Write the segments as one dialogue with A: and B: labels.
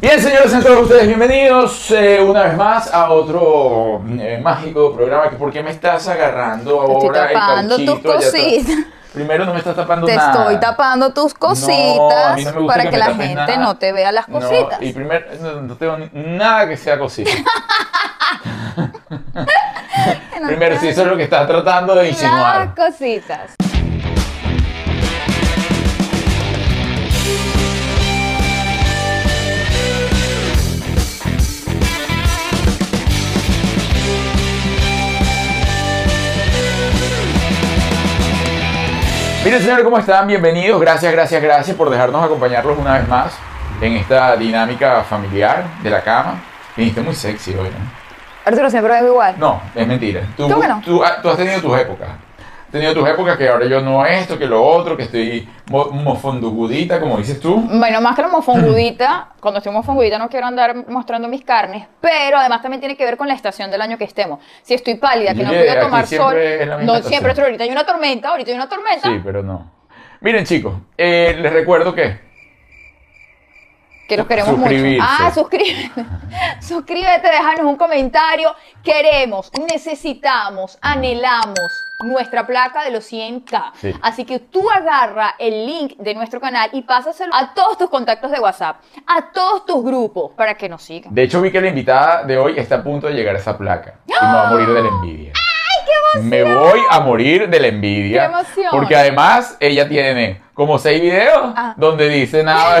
A: Bien, señores, sean todos ustedes bienvenidos eh, una vez más a otro eh, mágico programa. que ¿Por qué me estás agarrando
B: Estoy
A: ahora el
B: tapando tus
A: cauchito? Ya está.
B: cositas.
A: Primero no me estás tapando
B: Te
A: nada.
B: estoy tapando tus
A: No, a
B: cositas
A: mí no me gusta
B: para
A: que
B: que,
A: me
B: la
A: tapes
B: gente
A: nada.
B: no te vea las
A: No,
B: cositas.
A: y primero, no, no tengo ni- nada que sea cosita.
B: Que no
A: primero,
B: te
A: si eso es lo que estás tratando de
B: vean
A: insinuar.
B: Las cositas.
A: Miren, señores, ¿cómo están? Bienvenidos. Gracias, gracias, gracias por dejarnos acompañarlos una vez más en esta dinámica familiar de la cama. Viniste muy sexy hoy, ¿no?
B: Arturo siempre es igual.
A: No, es mentira. Tú,
B: ¿Cómo que no?
A: tú- ah, tú has tenido tus épocas. Has tenido tus épocas que ahora yo no esto, que lo otro, que estoy mo- mofondugudita, como dices tú.
B: Bueno, más que la mofongudita, cuando estoy mofongudita no quiero andar mostrando mis carnes, pero además también tiene que ver con la estación del año que estemos. Si estoy pálida, que
A: Yo
B: no
A: que
B: puedo
A: aquí
B: tomar
A: siempre
B: sol,
A: es la misma
B: no
A: estación.
B: siempre, Arturo, ahorita hay una tormenta, ahorita hay una tormenta.
A: Sí, pero no. Miren, chicos, eh, les recuerdo que
B: que los queremos
A: Suscribirse.
B: mucho. Ah, suscríbete. suscríbete, déjanos un comentario. Queremos, necesitamos, anhelamos nuestra placa de los 100k.
A: Sí.
B: Así que tú agarra el link de nuestro canal y pásaselo a todos tus contactos de WhatsApp, a todos tus grupos, para que nos sigan.
A: De hecho, vi que la invitada de hoy está a punto de llegar a esa placa. Y me va a morir de la envidia. ¡Ay, qué emoción! Me voy a morir de la envidia.
B: ¡Qué emoción!
A: Porque además, ella tiene como seis videos
B: Ah.
A: donde dice nada.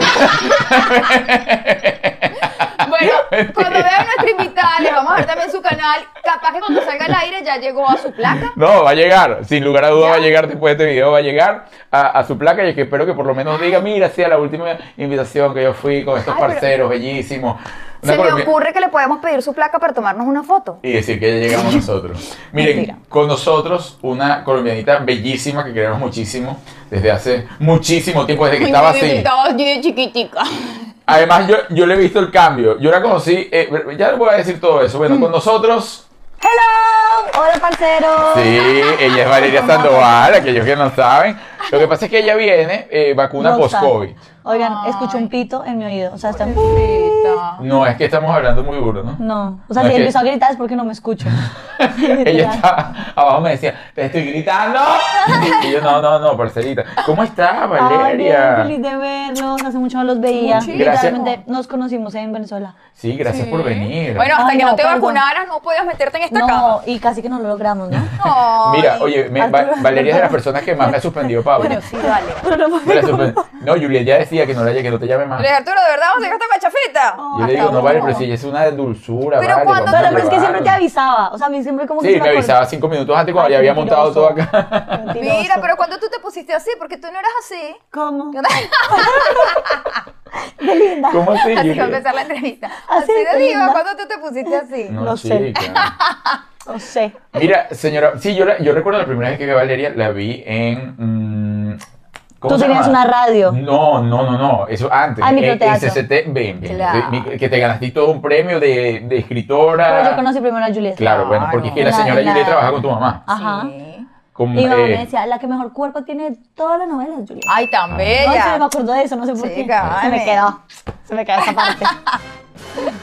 B: Bueno, cuando vean a nuestra invitada, les vamos a ver también su canal. Capaz que cuando salga al aire ya llegó a su placa.
A: No, va a llegar, sin lugar a duda
B: Ya.
A: va a llegar después de este video, va a llegar a, a su placa y que espero que por lo menos diga, mira, sí, a la última invitación que yo fui con estos
B: Ay, pero-
A: parceros bellísimos. Una
B: Se me
A: colombi-
B: ocurre que le podemos pedir su placa para tomarnos una foto.
A: Y decir que ya llegamos nosotros. Miren,
B: Mentira.
A: con nosotros una colombianita bellísima que queremos muchísimo desde hace muchísimo tiempo, desde que estaba
B: Ay,
A: así.
B: estaba así de chiquitica.
A: Además, yo, yo le he visto el cambio. Yo la conocí, eh, ya le voy a decir todo eso.
B: Mm.
A: Bueno, con nosotros...
C: ¡Hello! ¡Hola, parceros!
A: Sí, ella es Valeria Sandoval, aquellos que no saben. Lo que pasa es que ella viene eh, vacuna
C: No
A: post-COVID.
C: saben. Oigan,
B: Ay.
C: escucho un pito en mi oído. O sea, está.
A: No, es que estamos hablando muy duro, ¿no?
C: No. O sea,
A: No, es
C: si
A: que-
C: empezó a gritar es porque no me escucho.
A: Ella está abajo me decía, te estoy gritando. Y yo, no, no, no, parcelita. ¿Cómo estás,
C: Ay, bien,
A: Valeria?
C: feliz de verlos. Hace mucho no los veía.
B: Muchísimo.
A: Gracias.
C: Literalmente nos conocimos en Venezuela.
A: sí, gracias por venir.
B: Bueno, hasta
C: Ay,
B: que no,
C: no,
B: te
C: perdón.
B: vacunaras no podías meterte en esta cama.
C: No, y casi que no lo logramos, ¿no?
B: Ay.
A: Mira, oye, me- Va-
C: Arturo.
A: Valeria es de las personas que más me ha suspendido, Pablo.
B: Bueno, sí, vale.
C: Pero no
A: Me
C: fue.
A: la suspen- No, Juliet ya decía que no, la, que no te llame más.
B: Pero Arturo, ¿de verdad vamos a llegar hasta Machafita?
A: Yo le digo, no, vale, pero si ella es una dulzura,
B: Pero
A: vale,
B: cuando-
A: vamos a
C: Pero, pero es que siempre te
A: llevarla.
C: avisaba. O sea, a mí siempre como que.
A: Sí,
C: se
A: me
C: acordó.
A: avisaba cinco minutos antes cuando
C: Ay,
A: ya había
C: mentiroso.
A: montado todo acá.
C: Mentiroso.
B: Mira, pero cuando tú te pusiste así, porque tú no eras así.
C: ¿Cómo? Qué linda.
A: ¿Cómo así,
B: Así va a
A: Juliet?
B: empezar la entrevista.
C: Así,
B: Así de diva,
C: linda.
B: cuando tú te pusiste así.
A: No,
C: No sé.
A: chica.
C: No sé.
A: Mira, señora, sí, yo, la- yo recuerdo la primera vez que vi a Valeria, la vi en... mm, ¿cómo
C: Tú
A: se
C: tenías
A: llama?
C: una radio.
A: No, no, no, no, eso antes. eh,
C: Ah,
A: en- en
C: microteatro.
A: CCT, ven, ven,
B: Claro.
A: mi- que te ganaste todo un premio de, de escritora.
C: Pero yo conocí primero a Julieta.
A: Claro, bueno, porque es que la
C: Claro.
A: señora Juliet
C: Claro.
A: trabaja con tu mamá.
C: Ajá.
B: Sí.
A: Con,
C: Y mi mamá
A: eh,
C: me decía, la que mejor cuerpo tiene de todas las novelas, Julieta.
B: Ay,
A: Ah.
B: tan
C: Ay, se me
B: bella.
C: acordó de eso, no sé por qué.
B: Chica,
C: Se
B: vale.
C: me quedó. Se me quedó esa parte.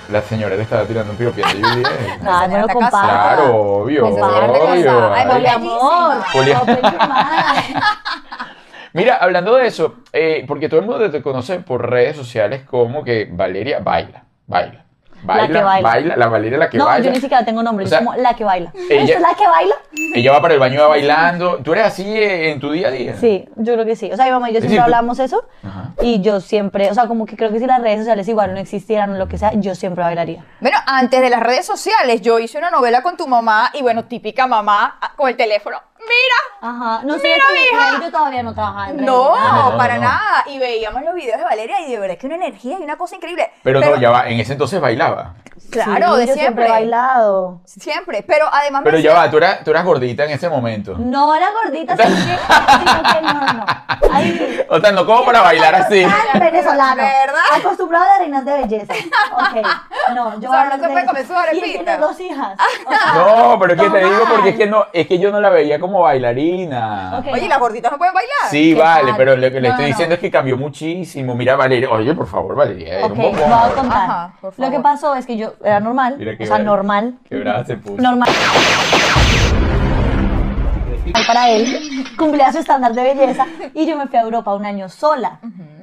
A: la señora le estaba tirando un piropo a eh. Juliet.
C: Ay, me lo
B: Está
C: comparto.
B: casada.
A: Claro, obvio,
C: Me sentí
A: obvio.
B: orgullosa. Ay,
C: Ay, pues, mi
B: bellísima.
C: amor.
A: Juli-
C: open your mind.
A: Mira, hablando de eso, eh, porque todo el mundo te conoce por redes sociales como que Valeria baila, baila, baila,
C: que baila.
A: la Valeria la que
C: No,
A: baila.
C: yo ni siquiera tengo nombre,
A: O sea,
C: yo como la que baila.
A: ella-
C: ¿Esta es la que baila?
A: Ella va para el baño va bailando. ¿Tú eres así eh, en tu día a día?
C: Sí, yo creo que sí. O sea, mi mamá y yo
A: Es
C: siempre
A: decir, tú-
C: hablábamos eso.
A: Ajá.
C: Y yo siempre, o sea, como que creo que si las redes sociales igual no existieran o lo que sea, yo siempre bailaría.
B: Bueno, antes de las redes sociales, yo hice una novela con tu mamá y bueno, típica mamá ah, con el teléfono. Mira,
C: Ajá. No sé,
B: Mira,
C: que-
B: mija.
C: ahí yo todavía no trabajaba en redes.
B: No,
A: Ah, no, no,
B: para
A: no.
B: nada. Y veíamos los videos de Valeria y de verdad es que una energía y una cosa increíble.
A: Pero, no, ya va, en ese entonces bailaba.
B: Claro,
C: Sí,
B: de
C: yo
B: siempre.
C: siempre he bailado.
B: Siempre. Pero además me
A: Pero ya va, tú eras, tú eras gordita en ese momento.
C: No era gordita, sino que, sino que no, no. Ay,
A: O sea, no como para bailar así.
C: Al venezolano.
B: ¿Verdad?
C: Acostumbrado a reinas de belleza. Ok. No, yo
B: O sea, no
C: hablo
B: se puede
C: de-
B: comer su arepita.
C: Y él tiene dos hijas.
A: No, pero es que te digo
C: Normal.
A: porque es que no, es que yo no la veía como bailarina.
C: Ok.
B: Oye, ¿y las gorditas no pueden bailar?
A: Sí,
C: Qué
A: vale,
C: mal.
A: pero lo que le
C: No,
A: estoy
C: no, no.
A: diciendo es que cambió muchísimo. Mira, Valeria, oye, por favor, Valeria, era
C: Ok,
A: un
C: lo voy
A: bombón.
C: a contar.
B: Ajá, por
C: lo que
B: favor.
C: pasó es que yo era normal,
A: Mira qué
C: o sea,
A: bravo.
C: normal,
A: Qué brava se puso.
C: normal. Para él, cumplía su estándar de belleza y yo me fui a Europa un año sola.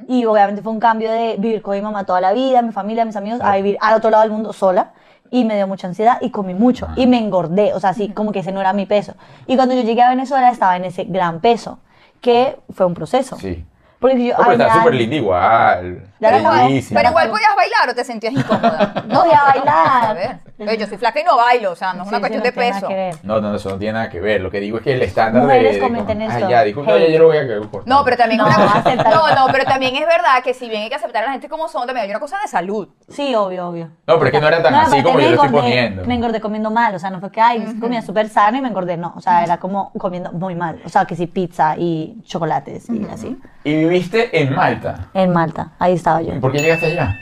C: Y obviamente fue un cambio de vivir con mi mamá toda la vida, mi familia, mis amigos, a vivir al otro lado del mundo sola. Y me dio mucha ansiedad y comí mucho. Y me engordé, o sea, así como que ese no era mi peso. Y cuando yo llegué a Venezuela estaba en ese gran peso, que fue un proceso.
A: Sí.
C: Porque yo.
A: No, pero está
C: había-
A: súper linda igual.
C: Ya
B: Pero igual,
A: Bellísima.
B: pero igual podías bailar o te sentías incómoda.
C: No voy a bailar.
B: A ver, oye, yo soy flaca y no bailo, o sea, no es
C: Sí,
B: una
C: sí,
B: cuestión
C: no
B: de
C: tiene nada
B: peso.
C: que ver.
A: No, no, eso no tiene nada que ver. Lo que digo es que el estándar
C: Mujeres,
A: de, de-
C: comenten
A: Ah,
C: esto.
A: ya, disculpa,
C: Hey.
A: ya, yo lo voy a cortar.
B: No, pero también
C: No,
B: una cosa-
C: acepta.
B: no, no, pero también es verdad que si bien hay que aceptar a la gente como son, también hay una cosa de salud.
C: Sí, obvio, obio.
A: No, pero es que no era tan así
C: aparte
A: como
C: me
A: yo lo estoy
C: engordé-
A: poniendo.
C: Me engordé comiendo mal, o sea, no fue que, ay, comía súper sano y me engordé, no. O sea, era como comiendo muy mal. O sea, que sí, pizza y chocolates y así.
A: Y viviste en Malta.
C: En Malta, ahí estaba yo.
A: ¿Por qué llegaste allá?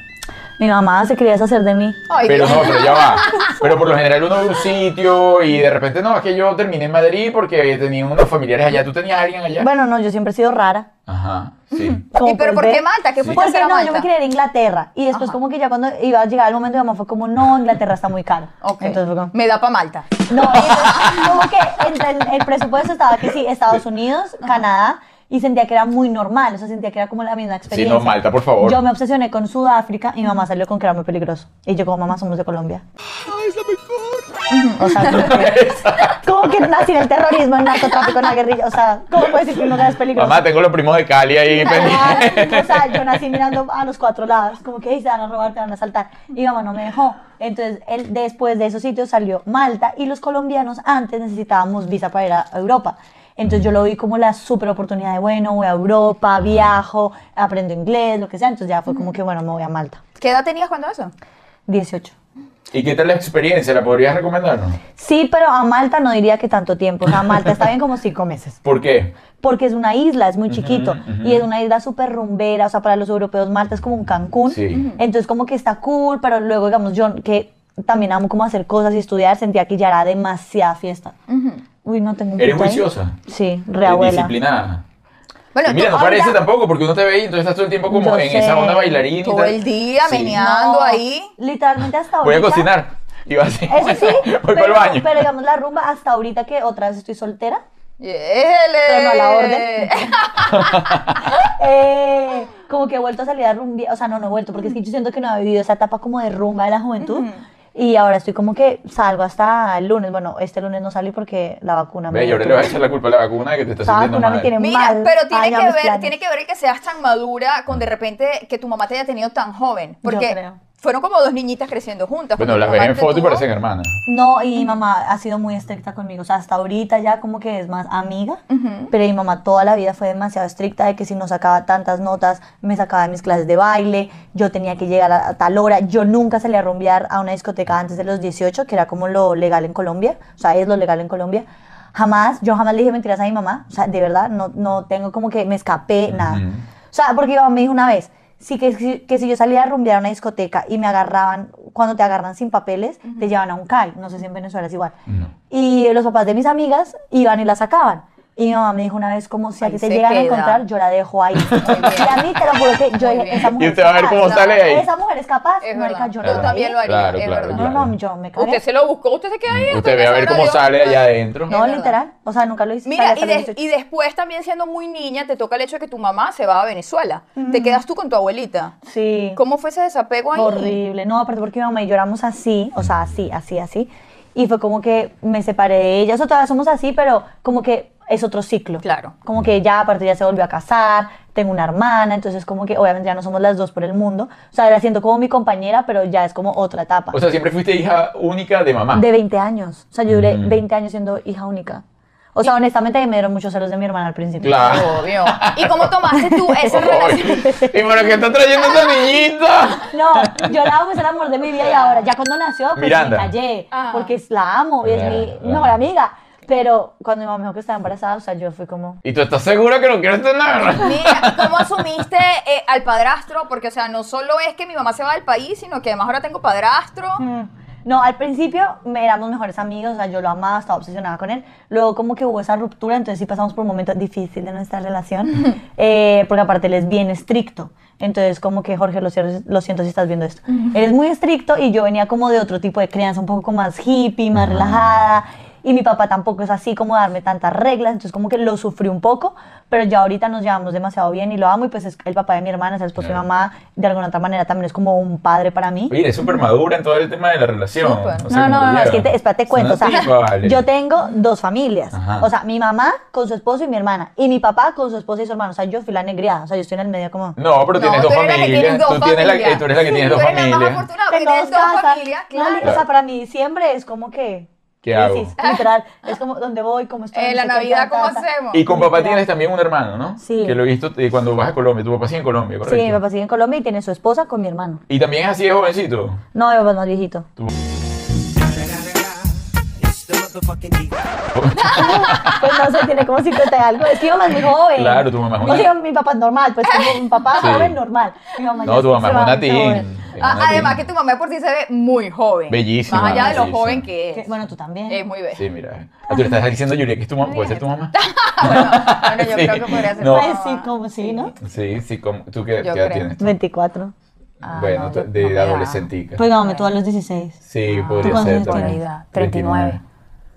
C: Mi mamá se quería deshacer de mí.
B: Ay,
A: Pero
B: Dios.
A: no, pero ya va. Pero por lo general uno de un sitio y de repente no, es que yo terminé en Madrid porque tenía unos familiares allá. ¿Tú tenías a alguien allá?
C: Bueno, no, yo siempre he sido rara.
A: Ajá, sí.
C: como
B: ¿Y pero por
C: ver-
B: qué Malta? ¿Qué fuiste a
C: Porque
B: hacer a
C: no,
B: Malta?
C: yo me quería ir a Inglaterra. Y después,
B: Ajá.
C: como que ya cuando iba a llegar el momento, mi mamá fue como, no, Inglaterra está muy caro.
B: Ok.
C: Entonces fue como,
B: Me da pa' Malta.
C: No, entonces, como que entre el, el presupuesto estaba que sí, Estados Unidos, Canadá, y sentía que era muy normal, o sea, sentía que era como la misma experiencia.
A: no, Malta, por favor.
C: Yo me obsesioné con Sudáfrica y mi mamá salió con que era muy peligroso. Y yo como mamá somos de Colombia. ¡Ay, es la mejor! O sea, como, como que nací en el terrorismo, en el narcotráfico, en la guerrilla, o sea, ¿cómo puedes decir que un lugar es peligroso?
A: Mamá, tengo los primos de Cali ahí pendientes.
C: Ah, o sea, yo nací mirando a los cuatro lados, como que "Ey, se van a robar, te van a saltar. Y mi mamá no me dejó. Entonces, él, después de esos sitios salió Malta y los colombianos antes necesitábamos visa para ir a Europa. Entonces yo lo vi como la super oportunidad de, bueno, voy a Europa, viajo, aprendo inglés, lo que sea. Entonces ya fue como que, bueno, me voy a Malta.
B: ¿Qué edad tenías cuando eso?
C: 18.
A: ¿Y qué tal la experiencia? ¿La podrías recomendarnos?
C: Sí, pero a Malta no diría que tanto tiempo. O sea, Malta está bien como cinco meses.
A: ¿Por qué?
C: Porque es una isla, es muy chiquito. Y es una isla súper rumbera. O sea, para los europeos, Malta es como un Cancún.
A: Sí. Ujú.
C: Entonces, como que está cool, pero luego, digamos, yo que también amo como hacer cosas y estudiar, sentía que ya era demasiada fiesta. Uy, no tengo un
A: ¿Eres
C: punto ahí.
A: juiciosa?
C: Sí,
A: Eh,
C: reabuela.
A: Disciplinada.
B: Bueno,
A: Y mira,
B: tú
A: no parece
B: ahorita-
A: tampoco porque uno te ve y entonces estás todo el tiempo como
C: Yo
A: en
C: sé.
A: esa onda bailarina. y
B: Todo
A: tal.
B: el día meneando.
C: No,
B: ahí.
C: Literalmente hasta
A: Voy
C: ahorita.
A: a cocinar. Y va así.
C: Eso sí,
A: Voy para el
C: pero,
A: baño.
C: pero digamos la rumba hasta ahorita que otra vez estoy soltera.
B: Yele.
C: Pero no a la orden. Eh, como que he vuelto a salir a rumbear, o sea, no, no he vuelto, porque es que yo siento que no he vivido esa etapa como de rumba de la juventud. Y ahora estoy como que salgo hasta el lunes. Bueno, este lunes no salí porque la vacuna me.
A: Ve, y ahora le vas a echar la culpa a la vacuna de que te estás
C: Esa
A: sintiendo
C: vacuna me
A: mal.
C: tiene
B: Mira,
C: mal.
B: pero tiene
C: dañado
B: que,
C: mis
B: ver,
C: planes.
B: tiene que ver el que seas tan madura con de repente que tu mamá te haya tenido tan joven. Porque
C: creo.
B: fueron como dos niñitas creciendo juntas.
A: Bueno,
B: porque
A: las
B: tu
A: ves
B: mamá
A: en
B: te
A: foto y
B: tuvo-
A: parecen hermanas.
C: No, y mi mamá ha sido muy estricta conmigo. O sea, hasta ahorita ya como que es más amiga. Pero mi mamá toda la vida fue demasiado estricta de que si no sacaba tantas notas, me sacaba de mis clases de baile. Yo tenía que llegar a, a tal hora. Yo nunca salí a rumbear a una discoteca antes de los 18, que era como lo legal en Colombia. O sea, es lo legal en Colombia. Jamás, yo jamás le dije mentiras a mi mamá. O sea, de verdad, no, no tengo como que me escapé, nada.
A: Ujú.
C: O sea, porque mi mamá me dijo una vez, sí que, si- que si yo salía a rumbear a una discoteca y me agarraban, cuando te agarran sin papeles, te llevan a un CAI. No sé si en Venezuela es igual.
A: No.
C: Y los papás de mis amigas iban y la sacaban. Y mi mamá me dijo una vez, como si a
B: Ahí
C: ti te
B: se
C: llegan a
B: queda.
C: encontrar, yo la dejo ahí.
B: bien.
C: y a mí te lo juro que yo
B: Muy
C: dije,
B: bien.
C: esa mujer
A: Y usted va a ver
C: es capaz".
A: cómo sale ahí.
C: Esa mujer es capaz,
B: Es
C: marica,
B: verdad.
C: yo
B: Yo,
C: la dejo
B: también
C: ahí.
B: lo haría.
A: Claro,
B: es
A: claro,
B: verdad.
A: claro.
C: No, no, yo me cagué.
B: Usted se lo buscó, usted se queda ahí.
A: Usted ve a ver cómo sale allá adentro.
C: No,
B: Es verdad.
C: literal. O sea, nunca lo hice. salí
B: Mira,
C: hasta
B: y,
C: los
B: de-
C: 18.
B: y después también siendo muy niña, te toca el hecho de que tu mamá se va a Venezuela. Te quedas tú con tu abuelita.
C: Mm. Sí.
B: ¿Cómo fue ese desapego ahí?
C: Horrible. No, aparte porque mi mamá y yo éramos así, o sea, así, así, así. Y fue como que me separé de ella. O sea, todavía somos así, pero como que es otro ciclo.
B: Claro.
C: Como que ya, aparte ya se volvió a casar, tengo una hermana, entonces como que obviamente ya no somos las dos por el mundo. O sea, la siento como mi compañera, pero ya es como otra etapa.
A: O sea, siempre fuiste hija única de mamá.
C: de 20 años. O sea, yo duré
A: Mm.
C: 20 años siendo hija única. O sea, honestamente me dieron muchos celos de mi hermana al principio.
A: Claro.
B: Obvio. ¿Y cómo tomaste tú esa
A: Ay,
B: relación?
A: ¿Y por qué está trayendo esa niñita?
C: No, yo la amo, es el amor de mi vida y ahora, ya cuando nació, pues
A: Miranda.
C: me callé,
B: Ah.
C: porque es- la amo, y es
A: Ah,
C: mi
A: ah.
C: mejor amiga. Pero cuando mi mamá me dijo que estaba embarazada, o sea, yo fui como...
A: ¿Y tú estás segura que no quieres tener?
B: Mira, ¿cómo asumiste eh, al padrastro? Porque, o sea, no solo es que mi mamá se va del país, sino que además ahora tengo padrastro.
C: Mm. No, al principio me- éramos mejores amigos, o sea, yo lo amaba, estaba obsesionada con él. Luego como que hubo esa ruptura, entonces sí pasamos por un momento difícil de nuestra relación, eh, porque aparte él es bien estricto. Entonces como que Jorge, lo, cier- lo siento si estás viendo esto. Él es muy estricto y yo venía como de otro tipo de crianza, un poco como más hippie, más relajada. Y mi papá tampoco es así como darme tantas reglas, entonces como que lo sufrí un poco, pero ya ahorita nos llevamos demasiado bien y lo amo y pues es el papá de mi hermana, es el esposo de
A: Claro.
C: mi mamá, de alguna otra manera también es como un padre para mí.
A: Oye, es súper madura en todo el tema de la relación.
B: Súper.
A: O sea, ¿cómo
C: No, no, no, no,
A: lleva?
C: es que te, espérate,
A: Es una
C: cuento. O sea,
A: tipa, vale.
C: yo tengo dos familias.
A: Ajá.
C: O sea, mi mamá con su esposo y mi hermana. Y mi papá con su esposa y su hermano. O sea, yo fui la negriada. O sea, yo estoy en el medio como.
A: No, pero tienes
B: No,
A: dos
B: tú eres la que
A: familias.
B: tienes dos
A: tú, tienes la, que-
B: familias.
A: tú eres la que tienes
B: Tú
A: dos
B: eres la más
A: familias.
B: afortunada que tienes dos
C: casas.
B: familias, claro.
C: O sea, para mí diciembre es como que.
A: ¿Qué hago?
C: crisis, Literal. Es como donde voy, cómo estoy.
B: Eh,
C: no
B: la
C: sé qué,
B: Navidad,
C: ta,
B: ¿cómo
C: ta, ta.
B: hacemos?
A: Y con papá
C: Literal.
A: tienes también un hermano, ¿no?
C: Sí.
A: Que lo he visto eh, cuando vas a Colombia. Tu papá sí en Colombia,
C: Sí,
A: correcto.
C: mi papá sigue en Colombia y tiene su esposa con mi hermano.
A: Y también es así de jovencito.
C: No, mi papá es más viejito. Pues no sé, tiene como 50 y algo. Es que mi mamá es muy joven.
A: Claro, tu mamá es
C: No,
A: una-
C: digo, mi papá es normal, pues como mi papá
A: Sí.
C: joven, normal. Mi mamá ya
A: No, tu mamá es una
C: extremadamente
A: tin.
C: joven.
A: es
B: Ah,
A: una
B: además que
A: tin.
B: tu mamá de por sí se ve muy joven.
A: Bellísima,
B: Más allá de lo
A: bellísima.
B: joven que
C: Que-
B: es.
C: Bueno, tú también.
B: Es muy bella.
A: Sí, mira. Ah, tú le estás diciendo a Julia que es tu mamá. ¿Puede ser tu mamá?
B: bueno, bueno, yo
A: Sí.
B: creo que podría ser
A: No.
B: tu
C: Pues
B: mamá.
C: sí, como sí, ¿no?
A: Sí, sí. ¿cómo? ¿Tú qué,
B: Yo
A: qué edad
B: creo.
A: tienes?
C: 24.
B: Ah,
A: bueno,
B: no,
A: tú-
B: yo- no
A: de
B: me da.
A: adolescentica.
C: Pues no, me tuvo a los 16.
A: sí,
B: Ah.
A: podría
C: ¿Tú
A: ser
C: cuántos años
A: también.
B: tienes? 39.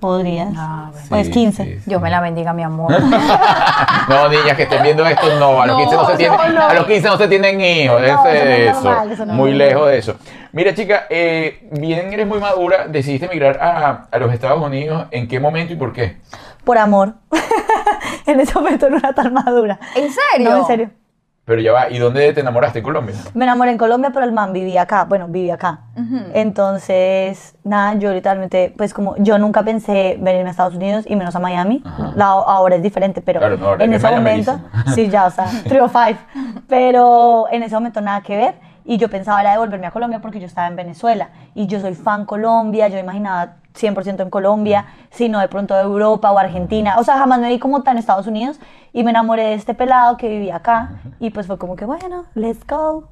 C: Podrías.
B: Ah, bueno.
C: Pues
A: Sí,
C: 15.
A: sí, sí.
B: Dios me la bendiga, mi amor.
A: No, niñas que estén viendo esto, no, a los
B: No,
A: 15 no se
B: no,
A: tienen,
B: no.
A: a los 15 no se tienen hijos,
C: No,
A: ese-
C: eso no es
A: eso,
C: normal, eso no es
A: muy
C: normal.
A: lejos de eso. Mira chica, eh, bien eres muy madura, decidiste emigrar a, a los Estados Unidos, ¿en qué momento y por qué?
C: Por amor. en ese momento no era tan madura.
B: ¿En serio?
C: No, en serio.
A: Pero ya va, ¿y dónde te enamoraste? ¿En Colombia?
C: Me enamoré en Colombia, pero el man vivía acá. Bueno, vivía acá. Entonces, nada, yo literalmente, pues como yo nunca pensé venirme a Estados Unidos y menos a Miami.
A: Ajá.
C: La- ahora es diferente, pero
A: Claro, no, ahora
C: en
A: es
C: ese momento,
A: miamerísima.
C: sí, ya, o sea, three o five. Pero en ese momento nada que ver. Y yo pensaba era devolverme a Colombia porque yo estaba en Venezuela. Y yo soy fan Colombia, yo imaginaba 100% en Colombia, sino de pronto de Europa o Argentina. O sea, jamás me vi como tan en Estados Unidos. Y me enamoré de este pelado que vivía acá. Y pues fue como que, bueno, let's go.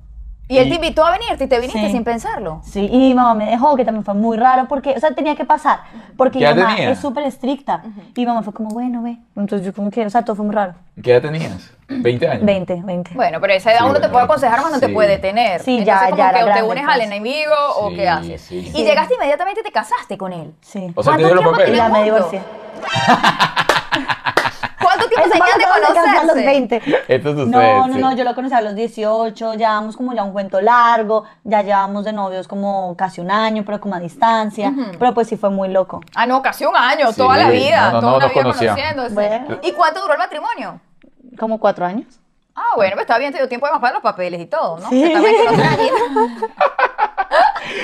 B: Y él te invitó a venirte y te viniste
C: Sí.
B: sin pensarlo.
C: Sí, y mi mamá me dejó, que también fue muy raro, porque, o sea, tenía que pasar, porque mi
A: ¿Qué edad
C: mamá
A: tenía?
C: es súper estricta. Y mi mamá fue como, bueno, ve. Entonces yo como que, o sea, todo fue muy raro.
A: ¿Qué edad tenías? ¿20 años?
C: 20, 20.
B: Bueno, pero a esa edad
A: Sí,
B: uno te
A: bueno,
B: puede aconsejar más, no te
A: sí.
B: puede detener.
C: Sí,
B: Entonces,
C: ya-
B: como
C: ya
B: que
C: era
B: o te
C: grande,
B: unes al
C: pues.
B: enemigo o
A: Sí,
B: qué haces.
A: sí.
B: Y
A: Sí.
B: llegaste inmediatamente y te casaste con él.
C: sí.
A: O sea,
B: ¿Cuánto
A: te dio los
B: tiempo
A: papeles.
C: y
B: tenía
C: la me
B: juntos?
C: divorcié.
B: ¿Cuánto tiempo
C: Eso
B: tenían
C: pasa
B: de
C: cuando se casan
B: conocerse?
C: a los 20.
A: Esto sucede.
C: No, no,
A: sí.
C: no, yo lo conocí a los 18, llevamos como ya un cuento largo, ya llevamos de novios como casi un año, pero como a distancia, pero pues sí fue muy loco.
B: Ah, no, casi un año,
A: Sí,
B: toda la vida,
A: no, no,
B: toda
A: no,
B: una
A: nos
B: vida
A: conocíamos.
B: conociéndose.
C: Bueno.
B: ¿Y cuánto duró el matrimonio?
C: ¿Como cuatro años?
B: Ah, bueno, pues está bien, te dio tiempo además para los papeles y todo, ¿no?
C: Sí.
B: Exactamente, no será bien.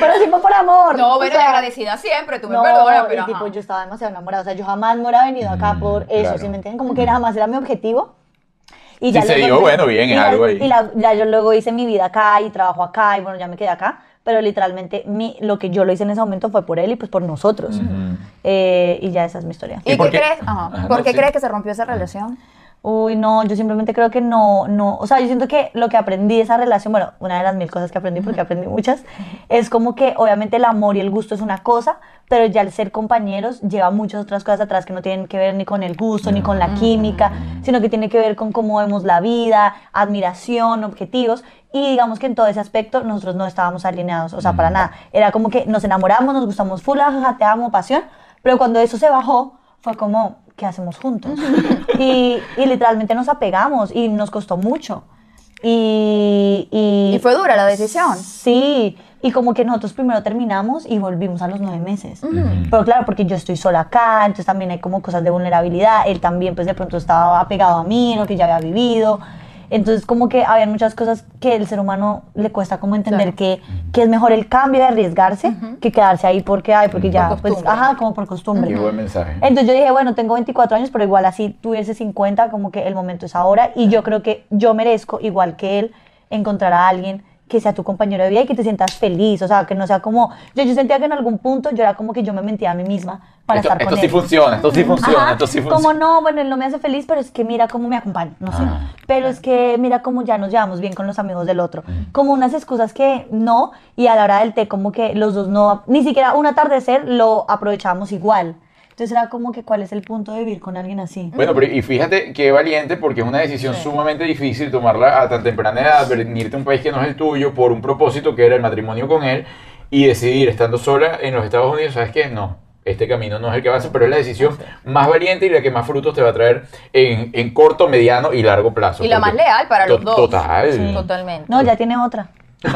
C: Pero sí fue por amor.
B: No,
C: o
B: bueno,
C: sea,
B: agradecida siempre, tú me
C: No,
B: perdonas, pero
C: y tipo,
B: ajá.
C: yo estaba demasiado enamorada. O sea, yo jamás me hubiera venido acá
A: Mm,
C: por eso,
A: claro. Mm.
C: ¿sí me entienden? Como que nada más era mi objetivo. Y ya
A: Sí, se dio,
C: luego empecé-
A: bueno, bien, es
C: y la-
A: algo ahí.
C: Y la- ya yo luego hice mi vida acá y trabajo acá y bueno, ya me quedé acá. Pero literalmente mi, lo que yo lo hice en ese momento fue por él y pues por nosotros.
A: Ujú.
C: Eh, y ya esa es mi historia.
A: ¿Y
B: ¿Y
A: por
B: qué
A: qué?
B: crees? Ajá.
A: Ajá,
B: ¿Por
A: no,
B: qué
A: sí.
B: crees que se rompió esa relación?
C: Uy, no, yo simplemente creo que no, no, o sea, yo siento que lo que aprendí de esa relación, bueno, una de las mil cosas que aprendí, porque aprendí muchas, es como que obviamente el amor y el gusto es una cosa, pero ya el ser compañeros lleva muchas otras cosas atrás que no tienen que ver ni con el gusto, ni con la química, sino que tiene que ver con cómo vemos la vida, admiración, objetivos, y digamos que en todo ese aspecto nosotros no estábamos alineados, o sea, para nada. Era como que nos enamoramos, nos gustamos full, jajaja, te amo, pasión, pero cuando eso se bajó, fue como, ¿qué hacemos juntos? y, y literalmente nos apegamos y nos costó mucho. Y, y,
B: ¿Y fue dura la decisión?
C: Sí, y como que nosotros primero terminamos y volvimos a los nueve meses.
A: Ujú.
C: Pero claro, porque yo estoy sola acá, entonces también hay como cosas de vulnerabilidad. Él también, pues de pronto estaba apegado a mí, lo que ya había vivido. Entonces, como que habían muchas cosas que el ser humano le cuesta como entender
B: Claro.
C: que, que es mejor el cambio de arriesgarse que quedarse ahí porque, ay, porque ya, pues,
B: costumbre.
C: ajá, como por costumbre.
A: Qué buen mensaje.
C: Entonces yo dije, bueno, tengo 24 años, pero igual así tuviese 50, como que el momento es ahora. Y yo creo que yo merezco, igual que él, encontrar a alguien que sea tu compañero de vida y que te sientas feliz, o sea, que no sea como, yo, yo sentía que en algún punto yo era como que yo me mentía a mí misma para
A: esto,
C: estar
A: esto
C: con
A: sí
C: él.
A: funciona, esto sí funciona,
C: Ajá,
A: esto sí funciona.
C: como no, bueno, él no me hace feliz, pero es que mira cómo me acompaña, no sé.
A: Ah.
C: Pero es que mira cómo ya nos llevamos bien con los amigos del otro.
A: Mm.
C: Como unas excusas que no, y a la hora del té, como que los dos no, ni siquiera un atardecer lo aprovechamos igual. Entonces era como que, ¿cuál es el punto de vivir con alguien así?
A: Bueno, pero y fíjate qué valiente, porque es una decisión sumamente difícil tomarla a tan temprana edad, venirte a un país que no es el tuyo por un propósito que era el matrimonio con él y decidir estando sola en los Estados Unidos, ¿sabes qué? No, este camino no es el que avanza, pero es la decisión más valiente y la que más frutos te va a traer en, en corto, mediano y largo plazo.
B: Y la más
A: porque-
B: leal para los
A: To-
B: dos.
A: Total.
B: Sí. Totalmente.
C: No, ya tiene otra.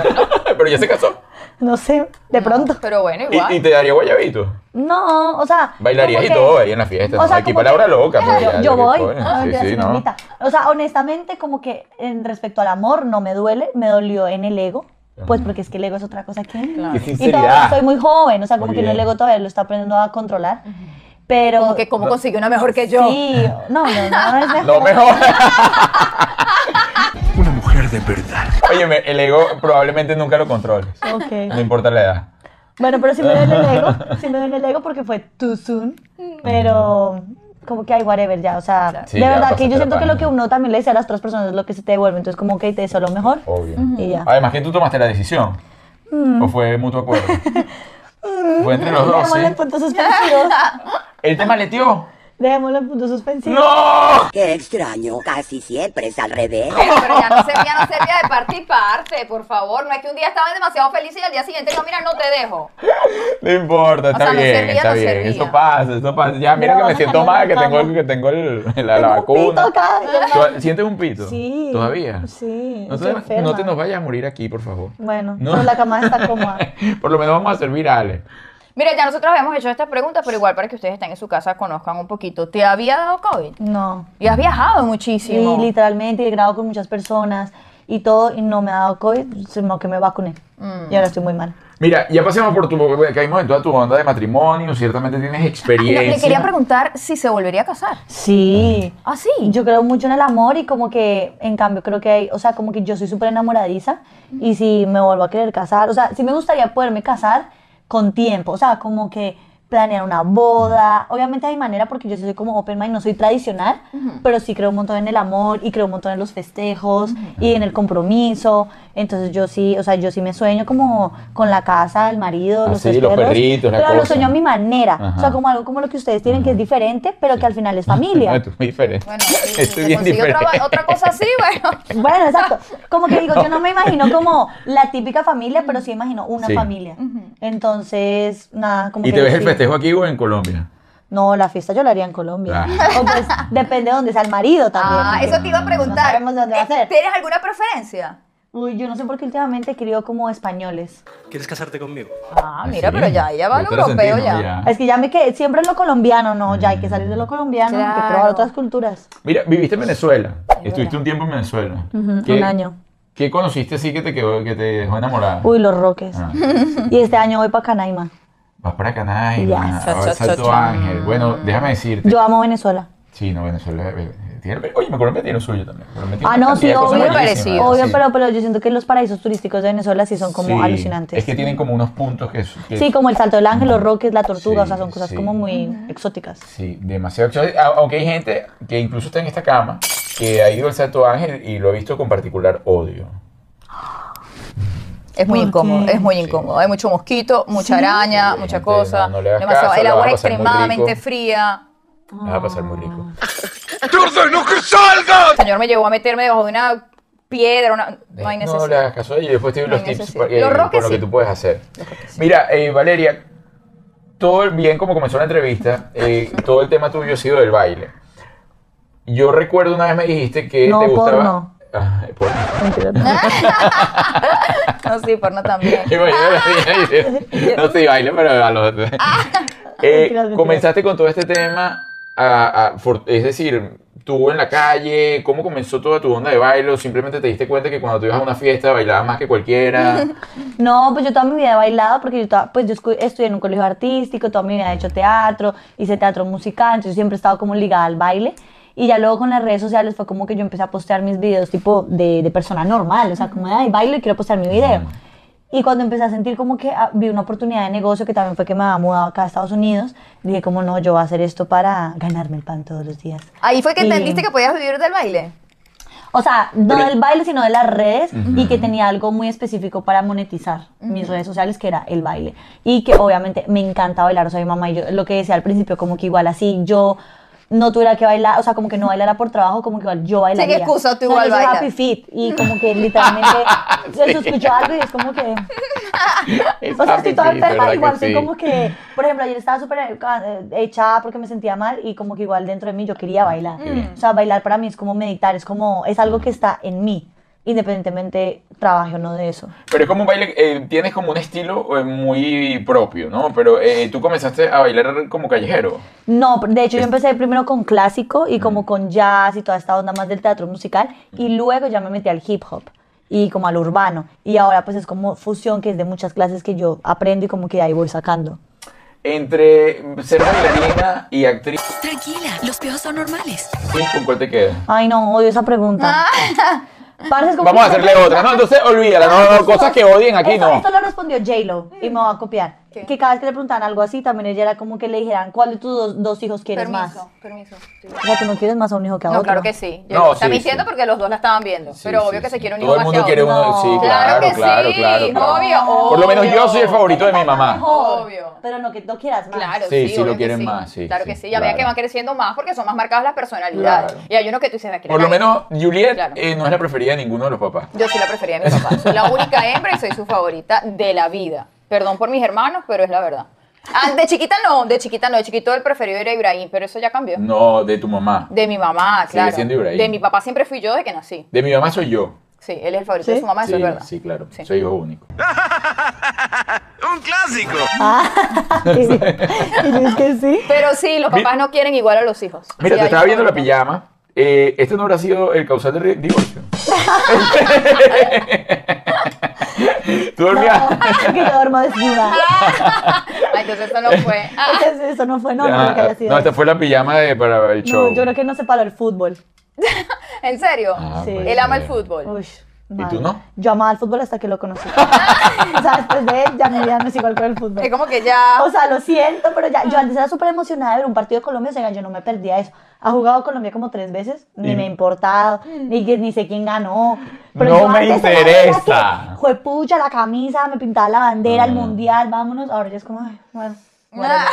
A: pero ya se casó.
C: No sé, de pronto.
B: Pero bueno, igual.
A: Y, y te daría guayabito.
C: No, o sea.
A: Bailarías
C: como
A: y
C: que-
A: todo ahí en la fiesta.
C: o
A: ¿no?
C: sea,
A: Aquí
C: como
A: palabra
C: que-
A: loca. pero
C: Yo,
A: ya,
C: yo
A: lo que
C: voy.
A: ponen.
C: Ah,
A: Sí,
C: mentira,
A: sí,
C: sí,
A: no.
C: mamita. O sea, honestamente, como que en respecto al amor no me duele, me dolió en el ego. Pues porque es que el ego es otra cosa que...
A: Qué
C: Y
A: sinceridad.
C: todavía estoy muy joven, o sea, como
A: Muy
C: que no el
A: bien.
C: ego todavía lo está aprendiendo a controlar. Pero...
B: Como que, ¿cómo consiguió una mejor que yo?
C: Sí, no, no, no es mejor.
A: No mejor.
D: Una mujer de verdad.
A: Óyeme, el ego probablemente nunca lo controles.
C: Ok.
A: No importa la edad.
C: Bueno, pero sí me duele el ego, sí me duele el ego porque fue too soon, pero como que hay whatever ya, o sea,
A: Sí,
C: de
A: ya
C: verdad que
A: pasaste
C: yo
A: la
C: siento que lo
A: página.
C: que uno también le dice a las otras personas es lo que se te devuelve, entonces como que te deseo lo mejor
A: Obvio.
C: y ya. Mm.
A: Además que tú tomaste la decisión. ¿O fue mutuo acuerdo? fue entre los dos,
C: Dejémosle
A: ¿sí?
C: en puntos suspensivos,
A: ¿Él
C: Ah.
A: te maleteó?
C: dejémosle en puntos suspensivos.
A: ¡No!
E: Qué extraño, casi siempre es al revés.
B: Pero ya no se ya no se vea de parte y parte, por favor. No es que un día estaban demasiado felices y al día siguiente, no, mira, no te dejo.
A: No importa, está
B: sea, no
A: bien,
B: servía,
A: está
B: no
A: bien.
B: servía.
A: Esto pasa, esto pasa. Ya, mira
C: No,
A: que me
C: vamos a
A: siento mal,
C: dejarlo
A: que
C: en
A: tengo,
C: cama.
A: que tengo el- la, la
C: Tengo un pito
A: vacuna.
C: acá.
A: ¿Tú- ¿Sientes un pito?
C: Sí.
A: ¿Todavía?
C: Sí,
A: No,
C: estoy
A: te, no
C: enferma.
A: te nos vayas a morir aquí, por favor.
C: Bueno,
A: No.
C: pero la cama está cómoda.
A: Por lo menos vamos a servir a Ale.
B: Mira, ya nosotros habíamos hecho estas preguntas, pero igual para que ustedes estén en su casa conozcan un poquito. ¿Te había dado COVID?
C: No.
B: Y has viajado
C: Sí,
B: muchísimo.
C: literalmente he grabado con muchas personas y todo y no me ha dado COVID, sino que me vacuné. Y ahora estoy muy mal.
A: Mira, ya pasemos por tu. Caímos en toda tu onda de matrimonio. Ciertamente tienes
B: Ah, Mira,
A: experiencia.
B: le quería preguntar si se volvería a casar.
C: Sí.
B: Ah, sí.
C: Yo creo mucho en el amor y como que, en cambio, creo que hay, o sea, como que yo soy súper enamoradiza y si me vuelvo a querer casar, o sea, sí me gustaría poderme casar con tiempo, o sea, como que planear una boda, obviamente hay manera porque yo sí soy como open mind, no soy tradicional, pero sí creo un montón en el amor y creo un montón en los festejos y en el compromiso, entonces yo sí, o sea, yo sí me sueño como con la casa, el marido,
A: Ah,
C: los,
A: sí, los
C: perros,
A: perritos, la
C: pero lo
A: cosa.
C: sueño a mi manera, o
A: Ajá.
C: sea, como algo como lo que ustedes tienen que es diferente, pero que al final es familia.
A: No, tú muy diferente.
B: Bueno, si
A: Estoy
B: te
A: bien
B: consigue
A: diferente.
B: otra, otra cosa así, bueno.
C: Bueno, exacto. Como que digo, yo no me imagino como la típica familia, pero sí imagino una
A: Sí.
C: familia. Entonces, nada, como
A: ¿Y
C: que
A: te ves el
C: sí.
A: festejo aquí o en Colombia?
C: No, la fiesta yo la haría en Colombia.
A: Ah.
C: O pues, depende de dónde sea el marido también.
B: Ah, eso te iba a
C: No
B: preguntar. Eh,
C: sabemos dónde va a ser.
B: ¿Tienes alguna preferencia?
C: Uy, yo no sé por qué últimamente he querido como españoles.
D: ¿Quieres casarte conmigo?
B: Ah,
A: ¿En
B: mira,
A: serio?
B: pero ya, ya va
A: Yo
B: lo
A: te la sentí,
B: europeo
A: ¿no?
B: ya.
C: Es que ya me quedé siempre en lo colombiano, ¿no? Ya hay
A: Mm.
C: que salir de lo colombiano, hay que probar
B: Claro.
C: otras culturas.
A: Mira, viviste en Venezuela. Estuviste un tiempo en Venezuela.
C: un año.
A: ¿Qué conociste así que te, quedó, que te dejó enamorada?
C: Uy, los roques.
A: Ah,
C: Y este año voy para Canaima.
A: vas para Canay,
C: Ya.
A: a
B: Cha, cha,
A: a Salto
B: cha, cha.
A: Ángel. Bueno, déjame decirte.
C: Yo amo Venezuela.
A: Sí, no, Venezuela. eh, tiene- Oye, me Colombia tiene lo suyo también. Colombia tiene
C: Ah,
A: una
C: no, sí,
A: cantidad de cosas
C: obvio.
A: bellísimas,
B: parecido.
C: Obvio,
A: sí.
C: pero, pero yo siento que los paraísos turísticos de Venezuela sí son como
A: Sí,
C: alucinantes.
A: Es que tienen como unos puntos que. que-
C: Sí, como el salto del ángel, los roques, la tortuga, o sea,
A: Sí,
C: son cosas
A: sí.
C: como muy exóticas.
A: Sí, demasiado exótico. A- Aunque hay gente que incluso está en esta cama que ha ido al Santo Ángel y lo ha visto con particular odio.
B: Es muy
C: ¿Por
B: incómodo,
C: qué?
B: es muy incómodo. Hay mucho mosquito, mucha araña,
A: Sí,
B: mucha
A: gente,
B: cosa.
A: no- no le hagas
B: demasiado-
A: caso,
B: el
A: la
B: agua
A: vas a
B: es
A: pasar muy
B: extremadamente
A: rico.
B: fría.
A: La va a pasar muy rico.
B: Ah, El señor me llevó a meterme debajo de una piedra, una, no hay
A: no
B: necesidad.
A: le hagas caso a ellos. Después te doy
B: No hay
A: los tips
B: necesidad.
A: pa- eh,
B: Los
A: con
B: roques
A: lo que
B: sí.
A: tú puedes hacer. Mira, eh, Valeria, todo el bien como comenzó la entrevista, eh, todo el tema tuyo ha sido del baile. Yo recuerdo una vez me dijiste que
C: No,
A: te gustaba.
C: porno.
A: Ah, porno.
B: No, sí, porno también.
A: Y pues, bueno, no sí, baile, pero a los. Eh,
C: Ah. mentiras.
A: comenzaste con todo este tema, a- a- for- es decir, tú en la calle, ¿cómo comenzó toda tu onda de baile? ¿O simplemente te diste cuenta que cuando tú ibas a una fiesta bailabas más que cualquiera?
C: No, pues yo toda mi vida he bailado porque yo, toda- pues yo escu- estudié en un colegio artístico, toda mi vida he hecho teatro, hice teatro musical, entonces siempre he estado como ligada al baile. Y ya luego con las redes sociales fue como que yo empecé a postear mis videos tipo de, de persona normal, o sea, como de, ay, bailo y quiero postear mi video. Y cuando empecé a sentir como que ah, vi una oportunidad de negocio que también fue que me había mudado acá a Estados Unidos, dije como no, yo voy a hacer esto para ganarme el pan todos los días.
B: Ahí fue que
C: Y-
B: entendiste que podías vivir del baile.
C: o sea, no
A: Pero-
C: del baile, sino de las redes y que tenía algo muy específico para monetizar mis redes sociales, que era el baile. Y que obviamente me encanta bailar, o sea, mi mamá y yo, lo que decía al principio, como que igual así yo no tuviera que bailar, o sea, como que no bailara por trabajo, como que igual yo bailaría.
B: excusa, tú
C: O sea,
B: igual
C: yo soy
B: bailas.
C: happy fit y como que literalmente se escuchó algo y es como que...
A: Ah,
C: O sea, estoy toda enferma, igual soy como que, por ejemplo, ayer estaba súper eh, echada porque me sentía mal y como que igual dentro de mí yo quería bailar.
A: bien.
C: O sea, bailar para mí es como meditar, es como, es algo que está en mí, independientemente trabaje o no de eso.
A: Pero es como un baile, eh, tienes como un estilo eh, muy propio, ¿no? Pero eh, tú comenzaste a bailar como callejero.
C: No, de hecho yo
A: Es- Mm.
C: empecé primero con clásico y como con jazz y toda esta onda más del teatro musical y luego ya me metí al hip hop y como al urbano y ahora pues es como fusión que es de muchas clases que yo aprendo y como que ahí voy sacando.
A: Entre ser bailarina y actriz,
F: Tranquila, los piojos son normales.
A: ¿con cuál te quedas?
C: Ay no, odio esa pregunta.
B: Ah,
C: Parce, es como
A: Ah. Vamos a
C: que-
A: hacerle otra. No, entonces olvídala. No, no, cosas que odien aquí
C: Eso-
A: no.
C: Esto lo respondió J-Lo y me va a copiar.
B: Mm. ¿Qué?
C: Que cada vez que le preguntaban algo así, también ella era como que le dijeran, ¿cuál de tus dos, dos hijos quieres más?
B: Permiso, permiso. sí.
C: O sea, tú no quieres más a un hijo que a
B: No,
C: otro.
B: claro que sí. Yo
A: No,
B: o sea,
A: sí,
B: me entiendo
A: sí.
B: porque los dos la estaban viendo.
A: Sí,
B: pero
A: sí,
B: obvio que
A: sí.
B: se quiere un hijo
A: Todo el
B: más
A: mundo
B: que
A: quiere
B: otro.
A: uno. Sí,
C: No.
A: claro,
B: Claro que
A: claro,
B: sí,
A: claro. claro.
B: obvio,
A: Por lo menos yo
B: obvio.
A: soy el favorito de mi mamá.
C: Mejor,
B: Obvio.
C: Pero no que no quieras más.
B: Claro,
A: Sí,
B: sí,
A: sí lo
B: obvio que
A: quieren más, sí,
B: Claro
A: sí,
B: que sí, y a medida
A: claro.
B: que van creciendo más porque son más marcadas las personalidades.
A: Claro.
B: Y hay uno que tú dices, "Ve, que
A: Por lo
B: era gay".
A: menos Juliet
B: Claro.
A: eh, no es la preferida de ninguno de los papás.
B: Yo sí la prefería a mi papá. Soy la única hembra y soy su favorita de la vida. Perdón por mis hermanos, pero es la verdad. Ah, de chiquita no, de chiquita no, de chiquito el preferido era Ibrahim, pero eso ya cambió.
A: No, de tu mamá.
B: De mi mamá,
A: Mm. Sigue
B: claro.
A: siendo Ibrahim.
B: De mi papá siempre fui yo de que nací.
A: De mi mamá soy yo.
B: Sí, él es el favorito
C: ¿Sí?
B: de su mamá,
A: sí,
B: eso es verdad.
A: sí, claro.
B: Sí.
A: Soy hijo único.
D: ¡Un clásico!
C: Ah. y yo- y yo, es que sí.
B: Pero sí, los papás no quieren igual a los hijos.
A: Mira,
B: Sí,
A: te
B: hay
A: estaba
B: un
A: viendo la
B: favorito.
A: pijama. Eh, este no habrá sido el causal del re- divorcio. Tú dormías.
C: que yo duermo desnuda.
B: Ah, entonces eso no fue. Ah,
C: Entonces, Eso no fue, no, no,
A: Ah,
C: que haya sido.
A: no, esta fue la pijama de, para el
C: No,
A: show.
C: yo creo que no se paró el fútbol.
B: ¿En serio?
A: Ah,
C: Sí.
A: pues,
B: Él ama el
A: mira.
B: fútbol.
C: Uy,
A: ¿Y tú
C: mal.
A: no?
C: Yo amaba el fútbol hasta que lo conocí. o sea, después de él, ya mi vida no es igual con el fútbol.
B: Es como que ya.
C: O sea, lo siento, pero ya, yo antes era súper emocionada de ver un partido de Colombia, o sea, yo no me perdía eso. Ha jugado Colombia como tres veces, ni
A: Y-
C: me ha importado, ni, que- ni sé quién ganó.
A: No
C: yo
A: me
C: antes era
A: interesa.
C: de las que, Juepucha, la camisa, me pintaba la bandera, el
A: Ah.
C: mundial, vámonos. Ahora ya es como, ay, bueno.
B: Ah,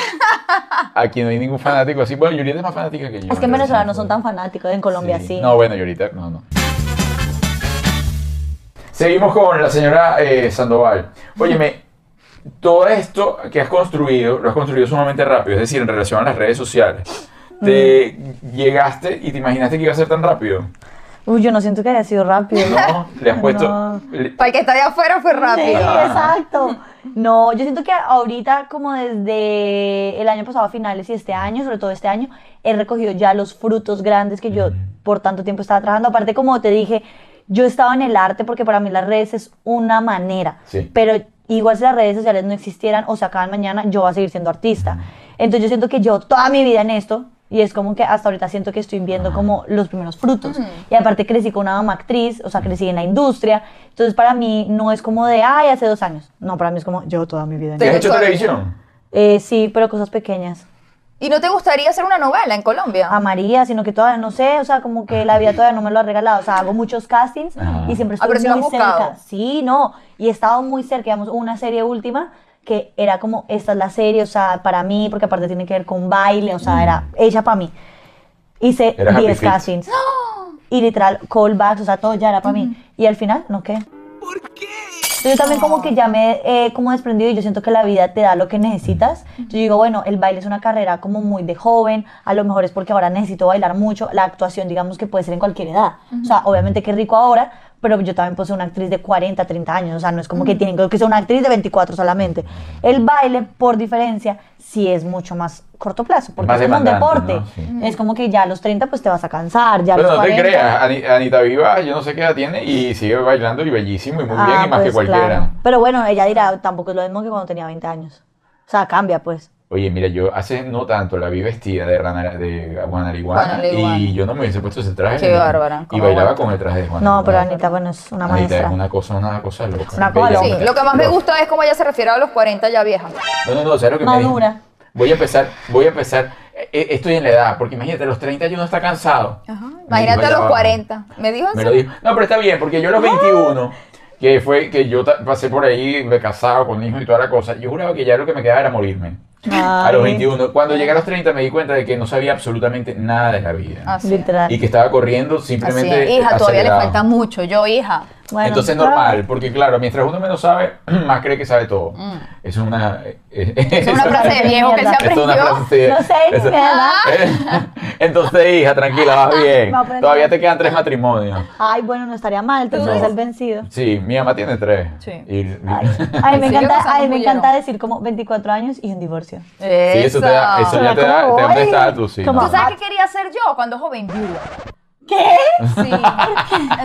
A: Aquí no hay ningún fanático así. Bueno, Juliet es más fanática que yo.
C: Es que en Venezuela no son tan fanáticos, en Colombia sí.
A: No, bueno, y ahorita no, no. Seguimos con la señora eh, Sandoval. Óyeme, todo esto que has construido, lo has construido sumamente rápido, es decir, en relación a las redes sociales. Te
C: Mm.
A: llegaste y te imaginaste que iba a ser tan rápido.
C: Uy, yo no siento que haya sido rápido.
A: No, le has puesto.
C: No.
A: le-
B: Para el que está de afuera fue rápido.
C: Sí, exacto. No, yo siento que ahorita, como desde el año pasado, a finales y este año, sobre todo este año, he recogido ya los frutos grandes que yo por tanto tiempo estaba trabajando. Aparte, como te dije, yo estaba en el arte porque para mí las redes es una manera.
A: Sí.
C: Pero igual si las redes sociales no existieran o se acaban mañana, yo voy a seguir siendo artista. Entonces, yo siento que yo toda mi vida en esto. Y es como que hasta ahorita siento que estoy viendo como los primeros frutos. Y aparte crecí con una mamá actriz, o sea, crecí en la industria. Entonces para mí no es como de, ay, hace dos años. No, para mí es como, yo toda mi vida. en
A: ¿Te has
B: Pero
A: hecho
B: todavía-
A: televisión?
C: eh, sí, pero cosas pequeñas.
B: ¿Y no te gustaría hacer una novela en Colombia?
C: A María, sino que todavía no sé, o sea, como que la vida todavía no me lo ha regalado. O sea, hago muchos castings
A: Ah.
C: y siempre
B: Ah,
C: estoy
B: pero sí lo has
C: muy
B: buscado.
C: cerca. Sí, no. Y he estado muy cerca, digamos, una serie última que era como, esta es la serie, o sea, para mí, porque aparte tiene que ver con baile, o sea, era ella para mí. Hice
A: Mm. Era Happy
C: 10
A: Feet.
C: castings. Y literal, callbacks, o sea, todo ya era para mí. Y al final, ¿no qué? Entonces, Yo también como que ya me he eh, como desprendido y yo siento que la vida te da lo que necesitas. Yo digo, bueno, el baile es una carrera como muy de joven, a lo mejor es porque ahora necesito bailar mucho, la actuación digamos que puede ser en cualquier edad. O sea, obviamente que rico ahora, pero yo también puedo ser una actriz de 40, 30 años, o sea, no es como que tienen que ser una actriz de 24 solamente. El baile, por diferencia, sí es mucho más corto plazo, porque
A: Más
C: es como un
A: demandante,
C: deporte.
A: ¿no? Sí.
C: Es como que ya a los 30 pues te vas a cansar, ya a
A: Pero
C: los
A: no te
C: 40...
A: creas, Ani- Anita Viva, yo no sé qué edad tiene y sigue bailando y bellísimo y muy bien
C: Ah,
A: y más que
C: pues,
A: cualquiera.
C: claro. Pero bueno, ella dirá, tampoco es lo mismo que cuando tenía 20 años. O sea, cambia, pues.
A: Oye, mira, yo hace no tanto la vi vestida de rana de Guanariguana
B: Guanariguana.
A: y yo no me hubiese puesto ese traje.
B: Qué
A: ni-
B: bárbara,
A: Y
B: cómo
A: bailaba
B: aguanta.
A: con el traje de Juana.
C: No, pero Anita, bueno, es una maestra.
A: es una cosa, una cosa loca.
C: Una cosa
A: bella,
C: loca.
B: Sí,
A: una-
B: lo que más me
A: loca.
B: gusta es cómo ella se refiere a los 40 ya vieja.
A: No, no, no, ¿sabes lo que me
C: Madura.
A: dijo? Voy a empezar, voy a empezar. eh, Estoy en la edad, porque imagínate, a los 30 yo no está cansado.
B: Ajá,
A: Me
B: Imagínate
A: dijo
B: a los
A: ella,
B: 40. Me dijo
A: Me lo
B: así.
A: dijo. No, pero está bien, porque yo a
B: Ah.
A: los 21, que fue que yo ta- pasé por ahí me casado con hijos y toda la cosa, yo juraba que ya lo que me quedaba era morirme. A los
C: Ay,
A: 21. Cuando llegué a los 30 me di cuenta de que no sabía absolutamente nada de la vida.
B: Así es.
C: Literal.
A: Y que estaba corriendo
B: Ah, Así
A: simplemente.
B: es. Hija, todavía le
A: acelerado.
B: falta mucho. Yo, hija.
C: Bueno,
A: Entonces es normal, porque claro, mientras uno menos sabe, más cree que sabe todo.
B: Mm.
A: Es una.
B: Es una frase de viejo que se
A: Esto es una
B: aprendió.
A: frase de-
C: No sé ni
A: eso-
C: mi edad.
A: Entonces, hija, tranquila, vas bien.
C: Me aprendí.
A: Todavía te quedan tres matrimonios.
C: Ay, bueno, no estaría mal, pero no es el vencido.
A: Sí, mi mamá tiene tres.
B: Sí.
A: Y-
C: Ay, ay, me
B: Sí, yo
C: encanta,
B: casando
C: ay, me
B: mullero.
C: encanta decir como 24 años y un divorcio.
A: Sí, eso, te da, eso ya te da, te da un estatus, sí.
C: ¿Cómo?
B: ¿Tú sabes qué quería hacer yo cuando joven viuda? ¿Qué? Sí.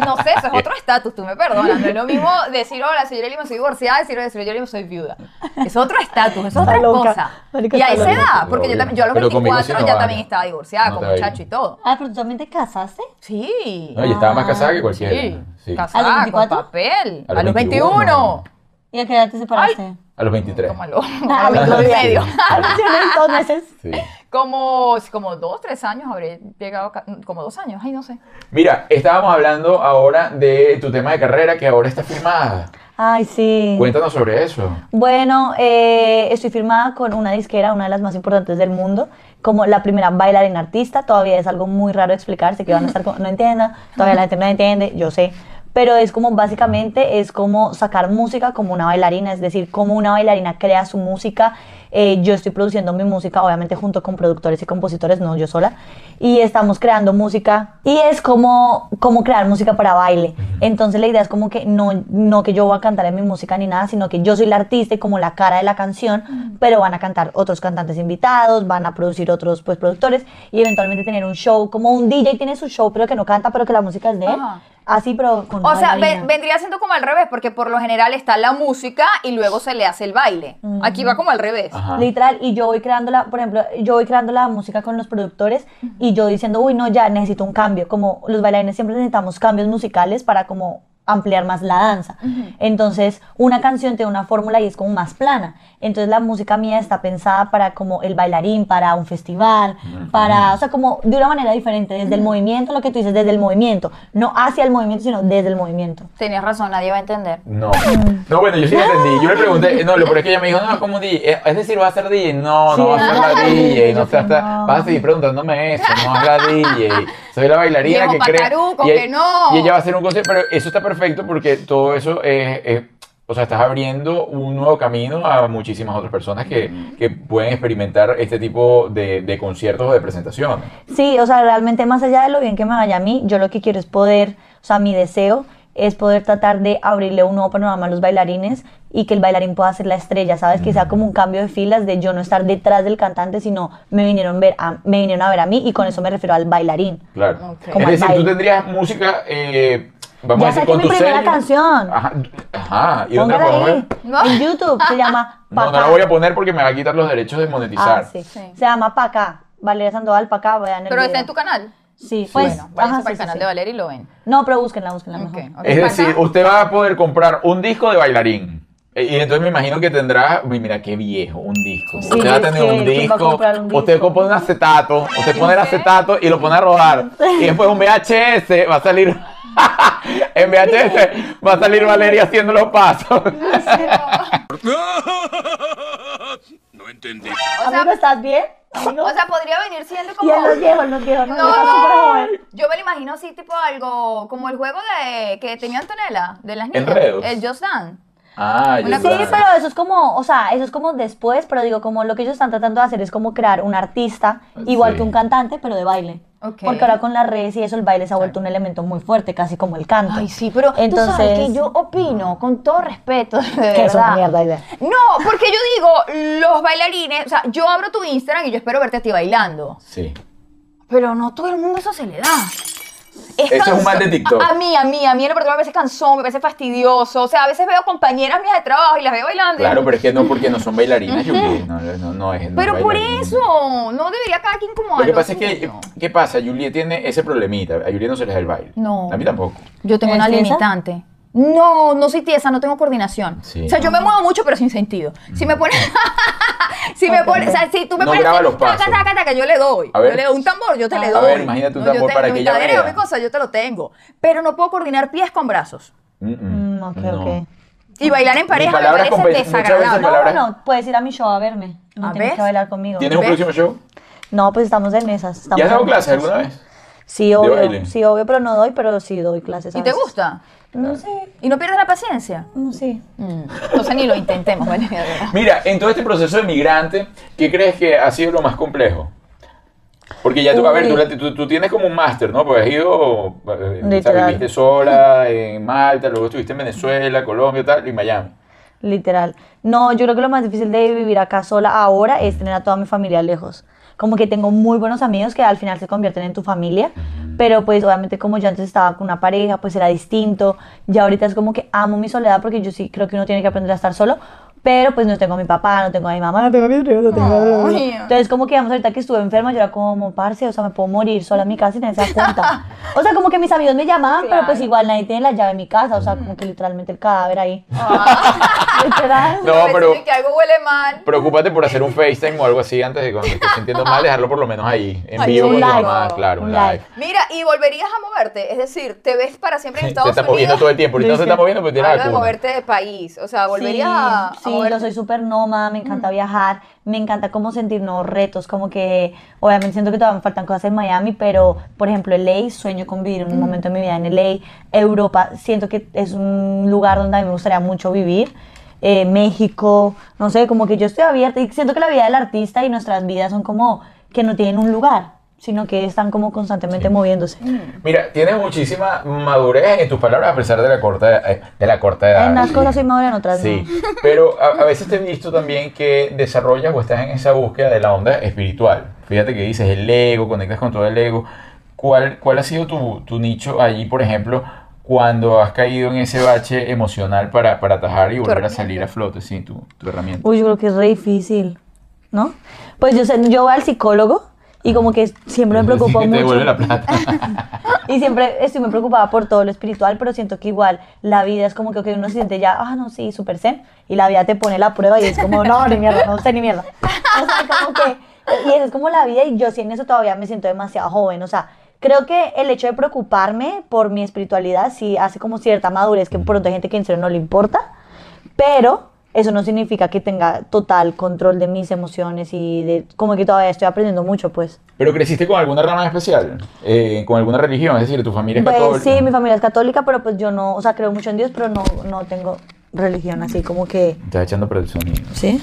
B: No sé, eso es otro estatus, tú me perdonas. No es lo mismo decir, hola, soy Yorelima, soy divorciada, decir, hola, soy Yorelima, soy viuda. Es otro estatus, es otra
C: loca.
B: cosa.
C: Marica,
B: Y ahí
C: está
B: se
A: loca.
B: da, porque yo, también, yo a los
A: Pero conmigo
B: 24
A: sí no
B: ya
A: vale.
B: también estaba divorciada,
A: No
B: con
A: te
B: muchacho
A: vale.
B: y todo.
C: Ah, pero tú también te casaste.
B: Sí.
A: No, y estaba más casada que cualquiera.
B: Sí,
A: Sí.
B: casada,
C: ¿A los
B: con
C: 24?
B: papel.
A: A
B: A
A: los
B: los,
A: 21.
B: 21.
C: ¿Y a qué edad te separaste?
A: A los 23.
B: Tómalo.
C: Ah,
B: A los 22 y
C: mentira.
B: medio.
C: Sí, unos dos meses.
A: Sí.
B: Como, como dos, tres años habré llegado, ca- como dos años, ay, no sé.
A: Mira, estábamos hablando ahora de tu tema de carrera que ahora está firmada.
C: Ay, sí.
A: Cuéntanos sobre eso.
C: Bueno, eh, estoy firmada con una disquera, una de las más importantes del mundo, como la primera bailarina artista. Todavía es algo muy raro explicarse que van a estar como, no entiendan, todavía la gente no entiende, yo sé. Pero es como básicamente es como sacar música como una bailarina, es decir, como una bailarina crea su música. Eh, yo estoy produciendo mi música, obviamente junto con productores y compositores, no yo sola, y estamos creando música y es como, como crear música para baile. Entonces la idea es como que no, no que yo voy a cantar en mi música ni nada, sino que yo soy la artista y como la cara de la canción, pero van a cantar otros cantantes invitados, van a producir otros pues productores y eventualmente tener un show, como un DJ tiene su show pero que no canta, pero que la música es de él.
B: Ajá.
C: Así, pero con
B: O sea,
C: bailarina.
B: ve- vendría siendo como al revés, porque por lo general está la música y luego se le hace el baile. Aquí va como al revés.
A: Ajá.
C: Literal, y yo voy creando la, por ejemplo, yo voy creando la música con los productores y yo diciendo, uy, no, ya necesito un cambio. Como los bailarines siempre necesitamos cambios musicales para como ampliar más la danza. Entonces, una canción tiene una fórmula y es como más plana. Entonces, la música mía está pensada para como el bailarín, para un festival, para, o sea, como de una manera diferente, desde el movimiento, lo que tú dices, desde el movimiento, no hacia el movimiento, sino desde el movimiento.
B: Tenías razón, nadie va a entender.
A: No. No, bueno, yo sí la entendí. Yo le pregunté, no, lo peor es que ella me dijo, no, como DJ. Eh, Es decir, vas a ser DJ. No,
C: Sí,
A: no vas a ser la
C: ajá.
A: DJ. No,
C: Yo
A: te vas, a,
C: no.
A: vas a seguir preguntándome eso. No es la DJ. Soy la bailarina
B: Viejo
A: que cree.
B: pataruco,
A: y,
B: que no.
A: y ella va a hacer un concierto. Pero eso está perfecto porque todo eso es. es- o sea, estás abriendo un nuevo camino a muchísimas otras personas que, que pueden experimentar este tipo de, de conciertos o de presentaciones.
C: Sí, o sea, realmente más allá de lo bien que me vaya a mí, yo lo que quiero es poder, o sea, mi deseo es poder tratar de abrirle un nuevo panorama a los bailarines y que el bailarín pueda ser la estrella, ¿sabes? Que sea como un cambio de filas de yo no estar detrás del cantante, sino me vinieron, ver a, me vinieron a ver a mí y con eso me refiero al bailarín.
A: Claro.
B: Ok.
A: Es
C: Como al
A: decir, tú
C: baile.
A: tendrías música, eh, vamos
C: Ya
A: a decir,
C: saqué
A: con
C: mi
A: tu
C: primera
A: sello.
C: canción.
A: Ajá, ajá. ¿Y dónde la
C: Póngala
A: podemos
C: ahí,
A: ver?
B: No.
C: en YouTube, se llama
A: No, no
C: Pacá.
A: la voy a poner porque me va a quitar los derechos de
C: Ah,
A: monetizar.
C: sí.
B: Sí.
C: Se llama Pacá, Valeria Sandoval, Pacá, vean el
B: Pero está
C: video.
B: en tu canal.
C: Sí, pues,
B: bueno, vayan para
C: ajá, sí,
B: el
C: sí,
B: canal
C: sí.
B: de Valeria y lo ven.
C: No, pero búsquenla, búsquenla
B: Ok,
C: mejor.
B: ok.
A: Es
B: Acá-
A: decir, usted va a poder comprar un disco de bailarín. E- Y entonces me imagino que tendrá, uy, mira qué viejo, un disco.
C: Sí,
A: usted va a
C: es
A: tener un,
C: que, ¿quién va a
A: disco,
C: comprar un
A: usted
C: disco?
A: compone un acetato, usted pone el acetato y lo pone a rodar. Y después un VHS va a salir, en VHS va a salir Valeria haciendo los pasos.
D: No entendí.
B: O sea,
C: Amigo, ¿estás bien? Amigo.
B: o sea, podría venir siendo
C: Y
B: como...
C: a los viejos, los viejos, no,
B: No,
C: está súper joven.
B: yo me lo imagino así, tipo algo como el juego de que tenía Antonella, de las niñas.
A: Enredos.
B: El Just Dance.
A: Ah, ya
B: Una
C: Sí,
A: está.
B: Claro.
C: pero eso es como, o sea, eso es como después, pero digo, como lo que ellos están tratando de hacer es como crear un artista, igual
A: Sí.
C: que un cantante, pero de baile.
B: Ok.
C: Porque ahora con las redes y eso, el baile se ha vuelto un elemento muy fuerte, casi como el canto.
B: Ay, sí, pero
C: Entonces,
B: tú sabes que yo opino, con todo respeto, de
C: que es una
B: verdad.
C: mierda idea.
B: No, porque yo digo, los bailarines, o sea, yo abro tu Instagram y yo espero verte a ti bailando.
A: Sí.
B: Pero no todo el mundo eso se le da.
A: Eso es un mal de
B: canso-
A: TikTok.
B: A, a mí, a mí, a mí en lo particular me parece cansón, me parece fastidioso. O sea, a veces veo compañeras mías de trabajo y las veo bailando. y-
A: Claro, pero es que no porque no son bailarinas, Juliet. No, no, no es. no
B: Pero
A: es
B: por
A: bailarina.
B: eso, no debería cada quien como
A: Lo que
B: algo
A: pasa es que,
B: suyo.
A: ¿qué pasa? Juliet tiene ese problemita. A Juliet no se le da el baile.
B: No.
A: A mí tampoco.
B: Yo tengo
C: ¿Eres
B: una
C: tiesa?
B: limitante. No, no soy tiesa, no tengo coordinación.
A: Sí.
B: O sea, yo me muevo mucho, pero sin sentido. Si me pones. si me pones. O sea, si tú me
A: No
B: pones.
A: graba los
B: taca,
A: pasos.
B: taca, taca, yo le doy.
A: A ver.
B: Yo le doy un tambor, yo te le
A: A
B: doy.
A: ver, imagínate un
B: No, yo
A: tambor
B: te-
A: para
B: un
A: que ella
B: tablero,
A: vea.
B: mi cosa, yo te lo tengo. Pero no puedo coordinar pies con brazos.
A: Mm, mm.
C: Mm, ok,
A: No.
C: ok.
B: Y bailar en pareja me
A: palabras
B: parece
A: con veces- muchas veces
B: desagradable.
A: con
C: No,
A: Palabra-
C: bueno, puedes ir a mi show a verme. No
B: ¿Ah,
C: tienes
B: ves?
C: que bailar conmigo.
A: ¿Tienes un
B: ¿Ves?
A: próximo show?
C: No, pues estamos en esas. estamos
A: ¿Ya has dado
C: en
A: clases
C: esas.
A: alguna vez?
C: Sí, obvio.
A: baile?
C: Sí, obvio, pero no doy, pero sí doy clases. a
B: ¿Y te
C: veces.
B: gusta?
C: No sé,
B: ¿Y no pierdes la paciencia?
C: no sé.
B: Mm, Entonces ni lo intentemos, ¿vale?
A: Mira, en todo este proceso de migrante, ¿qué crees que ha sido lo más complejo? Porque ya tú, a ver,
C: Uy.
A: tú, la- tú- tú tienes como un máster, ¿no? Porque has ido, eh, o sea,
C: Literal.
A: viviste sola en Malta, luego estuviste en Venezuela, Colombia, tal, y Miami.
C: Literal. No, yo creo que lo más difícil de vivir acá sola ahora es tener a toda mi familia lejos. Como que tengo muy buenos amigos que al final se convierten en tu familia, pero pues obviamente como yo antes estaba con una pareja, pues era distinto. Ya ahorita es como que amo mi soledad porque yo sí creo que uno tiene que aprender a estar solo, pero pues no tengo a mi papá, no tengo a mi mamá, no tengo a mi tío, no tengo a
B: Ay.
C: Entonces como que digamos ahorita que estuve enferma, yo era como, parce, o sea, me puedo morir sola en mi casa y nadie se da cuenta. O sea, como que mis amigos me llamaban, pero pues
B: Claro.
C: igual nadie tiene la llave de mi casa, o sea, como que literalmente el cadáver ahí. Literal.
A: No, pero
B: Ah, Que algo huele mal.
A: preocúpate por hacer un FaceTime o algo así antes de cuando te estés sintiendo mal, dejarlo por lo menos ahí, en
B: Ay,
A: vivo
B: un
A: con tu
B: live.
A: mamá, claro, un
C: Un
A: live.
C: live.
B: Mira, y volverías a moverte, es decir, te ves para siempre en
A: Se
B: Estados
A: está moviendo
B: Unidos.
A: todo el tiempo, ahorita no se está moviendo, pues, pero tiene
B: Hablo
A: la
B: de
A: cuna.
B: moverte de país, o sea, volverías
C: sí,
B: a, a
C: sí, yo
B: moverte.
C: soy súper nómada, me encanta viajar, me encanta como sentir nuevos retos, como que obviamente siento que todavía me faltan cosas en Miami, pero por ejemplo LA, sueño con vivir un momento de mi vida en LA, Europa, siento que es un lugar donde a mí me gustaría mucho vivir, eh, México, no sé, como que yo estoy abierta y siento que la vida del artista y nuestras vidas son como que no tienen un lugar, sino que están como constantemente moviéndose.
A: Mira, tienes muchísima madurez en tus palabras a pesar de la corta, eh, de la corta edad.
C: En unas
A: Sí.
C: cosas soy madura, en otras
A: Sí,
C: no.
A: pero a, a veces te he visto también que desarrollas o estás en esa búsqueda de la onda espiritual. Fíjate que dices el ego, conectas con todo el ego. ¿Cuál, cuál ha sido tu, tu nicho allí, por ejemplo, cuando has caído en ese bache emocional para, para atajar y volver a salir a flote? Sí, tu, tu herramienta.
C: Uy, yo creo que es re difícil, ¿no? Pues yo, sé- yo voy al psicólogo y como que siempre me preocupo
A: Te
C: mucho.
A: devuelve la plata.
C: Y siempre estoy muy preocupada por todo lo espiritual, pero siento que igual la vida es como que ok, uno se siente ya, ah, no, sí, súper zen. Y la vida te pone la prueba y es como, no, ni mierda, no sé ni mierda. O sea, como que, y esa es como la vida y yo sí en eso todavía me siento demasiado joven. O sea, creo que el hecho de preocuparme por mi espiritualidad sí hace como cierta madurez que por pronto hay gente que en serio no le importa, pero... Eso no significa que tenga total control de mis emociones y de como que todavía estoy aprendiendo mucho, pues.
A: ¿Pero creciste con alguna rama especial? Eh, ¿Con alguna religión? Es decir, tu familia es
C: Pues,
A: católica.
C: sí, mi familia es católica, pero pues yo no, o sea, creo mucho en Dios, pero no, no tengo religión así como que,
A: Estás echando por el sonido.
C: ¿Sí?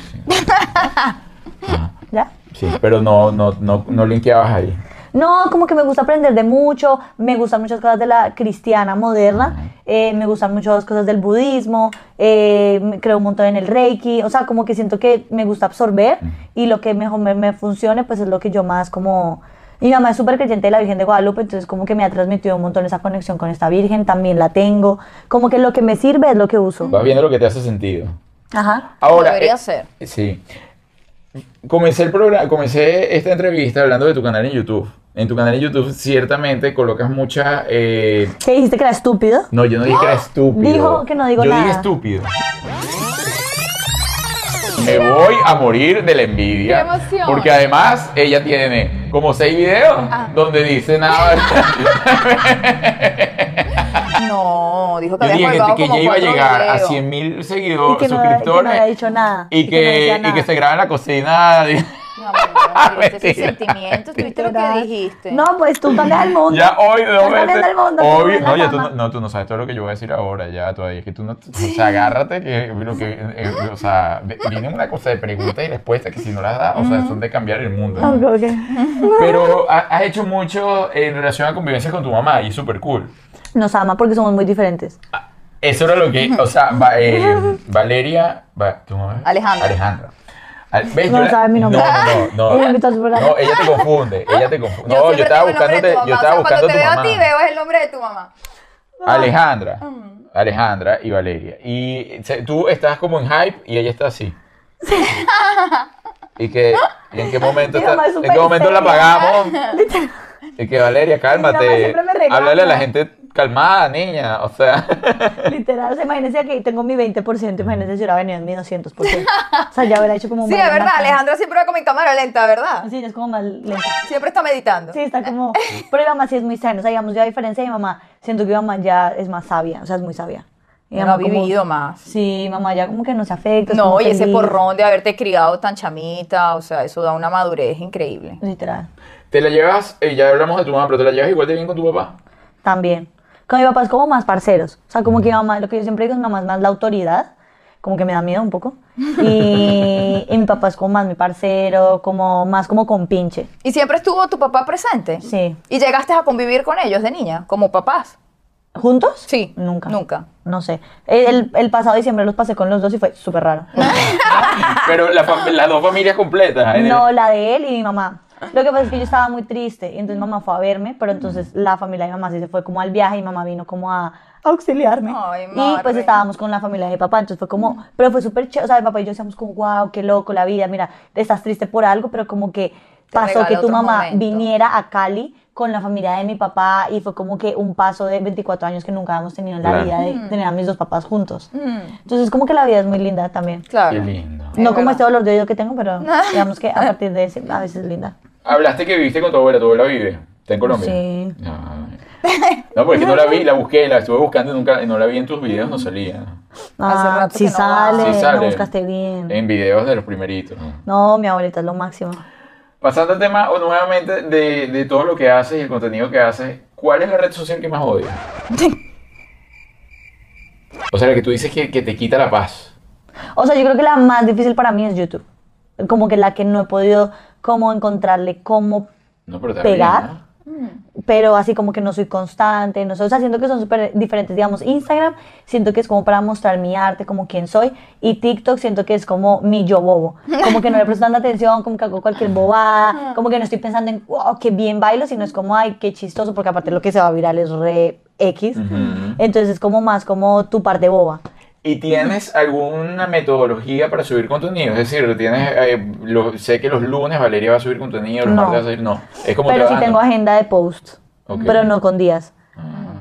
A: Ajá.
C: ¿ya?
A: Sí, pero no, no, no, no linkeabas ahí.
C: No, como que me gusta aprender de mucho, me gustan muchas cosas de la cristiana moderna, eh, me gustan muchas cosas del budismo, eh, me- creo un montón en el reiki, o sea, como que siento que me gusta absorber y lo que mejor me, me funcione, pues es lo que yo más como... Mi mamá es súper creyente de la Virgen de Guadalupe, entonces como que me ha transmitido un montón esa conexión con esta Virgen, también la tengo, como que lo que me sirve es lo que uso.
A: Vas viendo lo que te hace sentido.
C: Ajá.
A: Ahora,
B: Debería
A: eh,
B: ser.
A: Sí. Comencé el programa, comencé esta entrevista hablando de tu canal en YouTube. En tu canal en YouTube ciertamente colocas mucha eh,
C: ¿Qué dijiste que era estúpido?
A: no, yo no dije que era estúpido.
C: Dijo que no digo
A: yo
C: nada.
A: dije estúpido. Me voy a morir de la envidia.
B: ¡Qué emoción!
A: Porque además ella tiene como seis videos
C: Ah.
A: donde dice nada.
B: No, dijo que
A: Yo
B: había
A: dije
B: colgado
A: que, que
B: como
A: ya iba a
B: cuatro
A: llegar a
B: videos.
A: 100 mil
C: Y
A: seguidores,
C: que no, había- que no
A: suscriptores.
C: había dicho nada.
A: eh, y,
C: no
A: que,
C: decía
A: y que
C: nada.
A: se graba en la cocina.
B: No, no, no, tuviste ese
A: Ah, Mentira.
B: sentimiento, tuviste lo que
C: Literal.
B: dijiste.
C: No, pues tú cambias el mundo.
A: Ya hoy
C: Estás
A: dos veces.
C: cambiando el mundo, tú
A: Obvio.
C: eres la
A: No, ya tú
C: mamá.
A: no, no, tú no sabes todo lo que yo voy a decir ahora, ya todavía. Es que tú no. O sea, agárrate, que lo que. eh, o sea, de- viene una cosa de preguntas y respuestas que si no las das, o sea, son de cambiar el mundo. ¿no?
C: Ok, ok.
A: Pero ha- has hecho mucho en relación a convivencia con tu mamá y es súper cool.
C: Nos ama porque somos muy diferentes.
A: Eso era lo que. O sea, va- eh, Valeria. va- ¿tu mamá?
B: Alejandra.
A: Alejandra. Al- ¿ves?
C: No
A: Yo la-
C: sabe mi nombre.
A: No, no,
C: Y me
A: no.
C: invitó a su programa.
A: No, ella te confunde, ella te confunde. No, yo
B: siempre
A: estaba
B: tengo el nombre
A: buscándote,
B: de tu
A: yo
B: mamá. O sea,
A: estaba buscando a
B: Cuando te
A: tu
B: veo a
A: mamá.
B: ti, veo el nombre de tu mamá.
A: Alejandra,
C: Mm.
A: Alejandra y Valeria. Y se- tú estás como en hype y ella está así. Y que y en qué momento
C: Mi
A: está-
C: mamá es
A: en
C: súper
A: qué momento la
C: seria.
A: apagamos. Y que Valeria,
C: mamá
A: cálmate.
C: siempre me regaña.
A: Háblale a la gente calmada, niña, o sea,
C: Literal, o sea, imagínense que ahí tengo mi 20%, imagínense si hubiera venido en mi 200%. O sea, ya hubiera hecho como...
B: Sí,
C: más-
B: es verdad,
C: más-
B: Alejandra siempre va con mi cámara lenta, ¿verdad?
C: Sí, es como más lenta.
B: Siempre está meditando.
C: Sí, está como... Pero mi mamá sí es muy sana, o sea, digamos, yo a diferencia de mi mamá, siento que mi mamá ya es más sabia, o sea, es muy sabia. Mi
B: No
C: mamá
B: ha
C: como-
B: vivido más.
C: Sí, mamá ya como que no se afecta. es
B: No,
C: como
B: y ese
C: feliz.
B: porrón de haberte criado tan chamita, o sea, eso da una madurez increíble.
C: Literal,
A: te la llevas, eh, ya hablamos de tu mamá, pero te la llevas igual de bien con tu papá.
C: también. Con mi papá es como más parceros, o sea, como que mi mamá, lo que yo siempre digo, mi mamá es más la autoridad, como que me da miedo un poco. Y, y mi papá es como más mi parcero, como más como compinche.
B: ¿Y siempre estuvo tu papá presente?
C: Sí.
B: ¿Y llegaste a convivir con ellos de niña, como papás?
C: ¿Juntos?
B: Sí.
C: Nunca.
B: Nunca.
C: No sé. El, el pasado diciembre los pasé con los dos y fue súper raro.
A: Pero la fam- las dos familias completas. ¿eh? en el-
C: No, la de él y mi mamá. Lo que pasa es que yo estaba muy triste y entonces mamá fue a verme, pero entonces la familia de mamá sí se fue como al viaje y mamá vino como a a auxiliarme.
B: Ay,
C: y pues
B: Marvin.
C: estábamos con la familia de papá, entonces fue como, pero fue súper chévere, o sea, mi papá y yo estábamos como, wow, qué loco la vida, mira, estás triste por algo, pero como que pasó
B: regala
C: que tu
B: otros
C: mamá
B: momentos.
C: viniera a Cali con la familia de mi papá y fue como que un paso de 24 años que nunca habíamos tenido en la
A: Claro.
C: vida de
B: Mm.
C: tener a mis dos papás juntos. Entonces como que la vida es muy linda también.
A: Qué
B: Claro.
A: lindo.
C: No como
B: verdad.
C: este dolor de oído que tengo, pero digamos que a partir de ese, a veces es linda.
A: Hablaste que viviste con tu abuela, tu abuela vive. Está en Colombia.
C: Sí.
A: Ay. No, porque no la vi, la busqué, la estuve buscando y nunca, no la vi en tus videos, no salía.
B: Hace
C: Ah,
B: rato
C: si
B: que no
C: sale,
A: Sí
C: no
A: sale. Eh.
C: buscaste bien.
A: En videos de los primeritos.
C: No, mi abuelita es lo máximo.
A: Pasando al tema o nuevamente de, de todo lo que haces y el contenido que haces, ¿cuál es la red social que más odias? O sea, la que tú dices que, que te quita la paz.
C: O sea, yo creo que la más difícil para mí es YouTube. Como que la que no he podido como encontrarle cómo
A: No, pero está
C: Pegar.
A: bien, ¿no?
C: pero así como que no soy constante, no sé, o sea, siento que son súper diferentes, digamos, Instagram, siento que es como para mostrar mi arte, como quién soy, y TikTok siento que es como mi yo bobo, como que no le presto tanta atención, como que hago cualquier bobada, como que no estoy pensando en, wow, qué bien bailo, sino es como, ay, qué chistoso, porque aparte lo que se va a viral es re X,
A: Ujú.
C: entonces es como más como tu parte boba.
A: ¿Y tienes alguna metodología para subir contenido? Es decir, tienes, eh, lo- sé que los lunes Valeria va a subir contenido, los
C: No.
A: martes va a subir, no. Es como te
C: Pero
A: va
C: sí
A: dando.
C: tengo agenda de posts,
A: Ok.
C: pero no con días,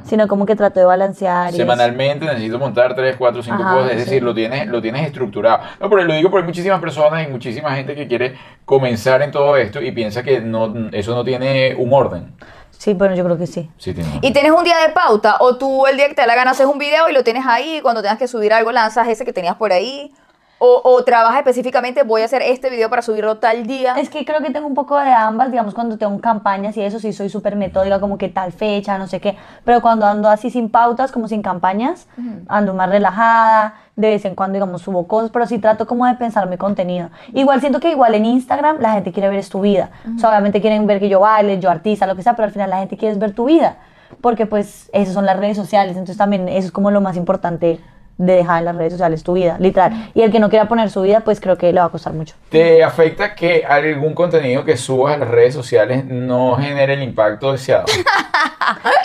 C: sino como que trato de balancear. y eso.
A: Semanalmente necesito montar 3, 4, 5
C: Ajá,
A: cosas, es
C: sí.
A: decir, lo tienes, lo tienes estructurado. No, pero lo digo porque hay muchísimas personas y muchísima gente que quiere comenzar en todo esto y piensa que no, eso no tiene un orden.
C: Sí, bueno, yo creo que sí.
A: Sí, tiene un
B: ¿Y
A: orden.
B: tienes un día de pauta? ¿O tú el día que te da la gana haces un video y lo tienes ahí y cuando tengas que subir algo lanzas ese que tenías por ahí? ¿O, o trabajas específicamente, voy a hacer este video para subirlo tal día?
C: Es que creo que tengo un poco de ambas, digamos, cuando tengo campañas y eso, sí soy súper metódica, como que tal fecha, no sé qué, pero cuando ando así sin pautas, como sin campañas, ando más relajada, de vez en cuando, digamos, subo cosas, pero sí trato como de pensar mi contenido. Igual siento que igual en Instagram la gente quiere ver es tu vida, o sea, obviamente quieren ver que yo baile, yo artista, lo que sea, pero al final la gente quiere es ver tu vida, porque pues esas son las redes sociales, entonces también eso es como lo más importante de dejar en las redes sociales tu vida, literal. Y el que no quiera poner su vida, pues creo que le va a costar mucho.
A: ¿Te afecta que algún contenido que subas a las redes sociales no genere el impacto deseado?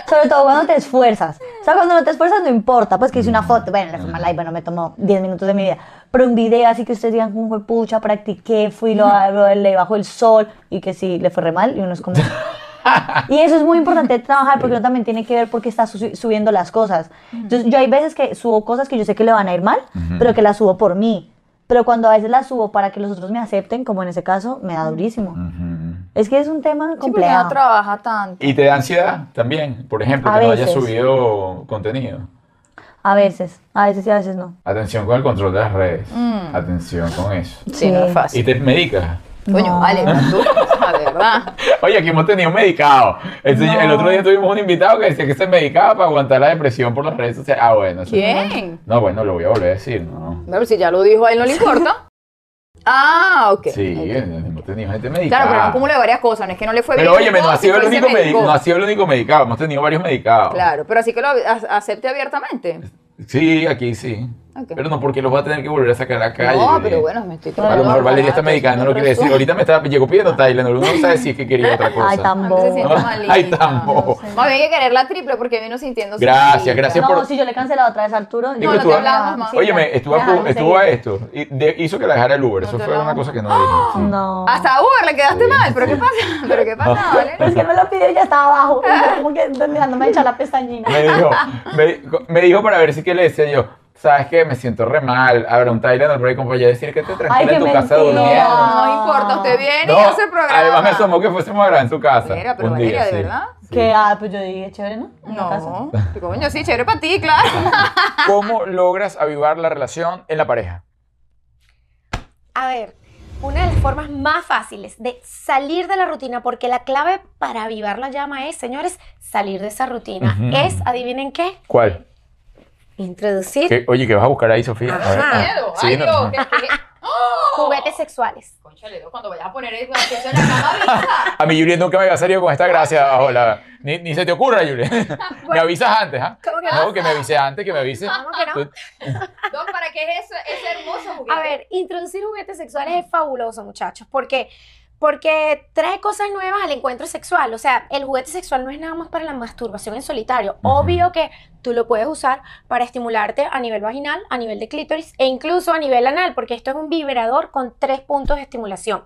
C: Sobre todo cuando te esfuerzas. O sea, cuando no te esfuerzas no importa, pues que hice una foto, bueno, le fue mal, ay, bueno, me tomó 10 minutos de mi vida. Pero un video así que ustedes digan, como fue pucha, practiqué, fui, lo, lo- le bajó el sol y que sí, le fue re mal y uno es como... Y eso es muy importante de trabajar porque uno también tiene que ver por qué está su- subiendo las cosas. Entonces, yo hay veces que subo cosas que yo sé que le van a ir mal, pero que las subo por mí. Pero cuando a veces las subo para que los otros me acepten, como en ese caso, me da durísimo. Es que es un tema
B: Sí, pues, porque
C: complejo.
B: no trabaja tanto.
A: ¿Y te da ansiedad también? Por ejemplo,
C: A
A: que no hayas
C: veces.
A: subido contenido.
C: a veces, a veces y a veces no.
A: Atención con el control de las redes.
B: Mm.
A: Atención con eso.
B: Sí, no es
C: Sí.
A: ¿Y
B: fácil.
A: te medicas?
B: Coño, vale, tú, la verdad.
A: Oye, aquí hemos tenido un medicado. El, señor- el otro día tuvimos un invitado que decía que se medicaba para aguantar la depresión por las redes sociales. Ah, bueno. eso-
B: ¿Quién?
A: No, bueno, lo voy a volver a decir, ¿no?
B: Bueno, si ya lo dijo, a él no le importa. Ah, ok.
A: Sí, eh, hemos tenido gente medicada.
B: Claro, pero es un cúmulo de varias cosas, no es que no le fue
A: Pero
B: bien.
A: óyeme, no ha,
B: si
A: sido el
B: fue, se
A: único medi-
B: medicó.
A: no ha sido el único medicado, hemos tenido varios medicados.
B: Claro, pero así que lo a- acepte abiertamente.
A: Sí, aquí sí.
B: Ok.
A: Pero no porque los va a tener que volver a sacar a la calle.
B: No, pero bueno, me estoy
A: A lo mejor Valeria está medicando, no quiere decir. Ahorita me está, llegó pidiendo Tylenol, uno no sabe si es que quería otra cosa.
C: Ay, tan
B: Aunque se
C: bobo.
B: sienta malita.
A: Oh, Ay, tan bobo.
B: Más bien hay que querer la triple porque vino sintiéndose.
A: Gracias,
B: malita.
A: gracias.
C: No,
A: por-
C: si yo le cancelaba otra vez a Arturo.
A: Digo,
C: yo-
B: lo que hablábamos, mamá. Sí,
A: Óyeme, estuvo, a,
C: Ajá,
A: pu- estuvo a
C: enseguida.
A: esto. Y de- hizo que la dejara el Uber. Eso
B: te
A: fue
B: lo
A: una
B: amo.
A: cosa que no dije. sí.
C: No.
B: Hasta a Uber le quedaste
A: Sí,
B: mal, pero
A: sí.
B: ¿qué pasa? ¿Pero qué pasa,
C: Es
B: Valeria?
C: que me lo pidió y ya estaba abajo. Y yo como que mirándome a echar la pestañina.
A: Me dijo, me, me dijo para ver si que le decía yo. Sabes que me siento re mal. Habrá un Tylenol break como para ya decir que te
C: Ay,
A: tranquila
C: qué
A: en tu casa durmiendo.
C: mentira.
B: No, no importa, usted viene y hace el programa.
A: además me asomó que fuésemos a grabar en su casa.
B: Mira, pero
A: un
B: Valeria,
A: día,
B: ¿de
A: sí.
B: verdad?
C: Que, ah, pues yo dije, chévere, ¿no? En la casa.
B: No, coño, sí, chévere para ti, claro.
A: ¿Cómo logras avivar la relación en la pareja?
G: A ver, una de las formas más fáciles de salir de la rutina, porque la clave para avivar la llama es, señores, salir de esa rutina.
A: Ujú.
G: Es, adivinen qué,
A: ¿Cuál?
G: introducir
A: ¿Qué- oye, ¿qué vas a buscar ahí, Sofía? A ver,
G: Ajá.
A: ah,
B: Miedo,
A: sí,
B: ay,
A: no,
B: Dios,
A: no.
B: que- que-
G: juguetes sexuales.
B: Cónchale, Dios, cuando vayas a poner el acceso en la cama, avisa.
A: A mí Juliet nunca me había salido con esta gracia abajo la- Ni, ni se te ocurra, Juliet. me avisas antes, ¿ah?
G: ¿Cómo que
A: no? que me avise antes, que me avise.
G: ¿Cómo que no?
A: Tú-
B: Doc, ¿para qué es eso? ese hermoso juguete?
G: A ver, introducir juguetes sexuales es fabuloso, muchachos, porque porque trae cosas nuevas al encuentro sexual. O sea, el juguete sexual no es nada más para la masturbación en solitario. Obvio que tú lo puedes usar para estimularte a nivel vaginal, a nivel de clítoris e incluso a nivel anal, porque esto es un vibrador con tres puntos de estimulación.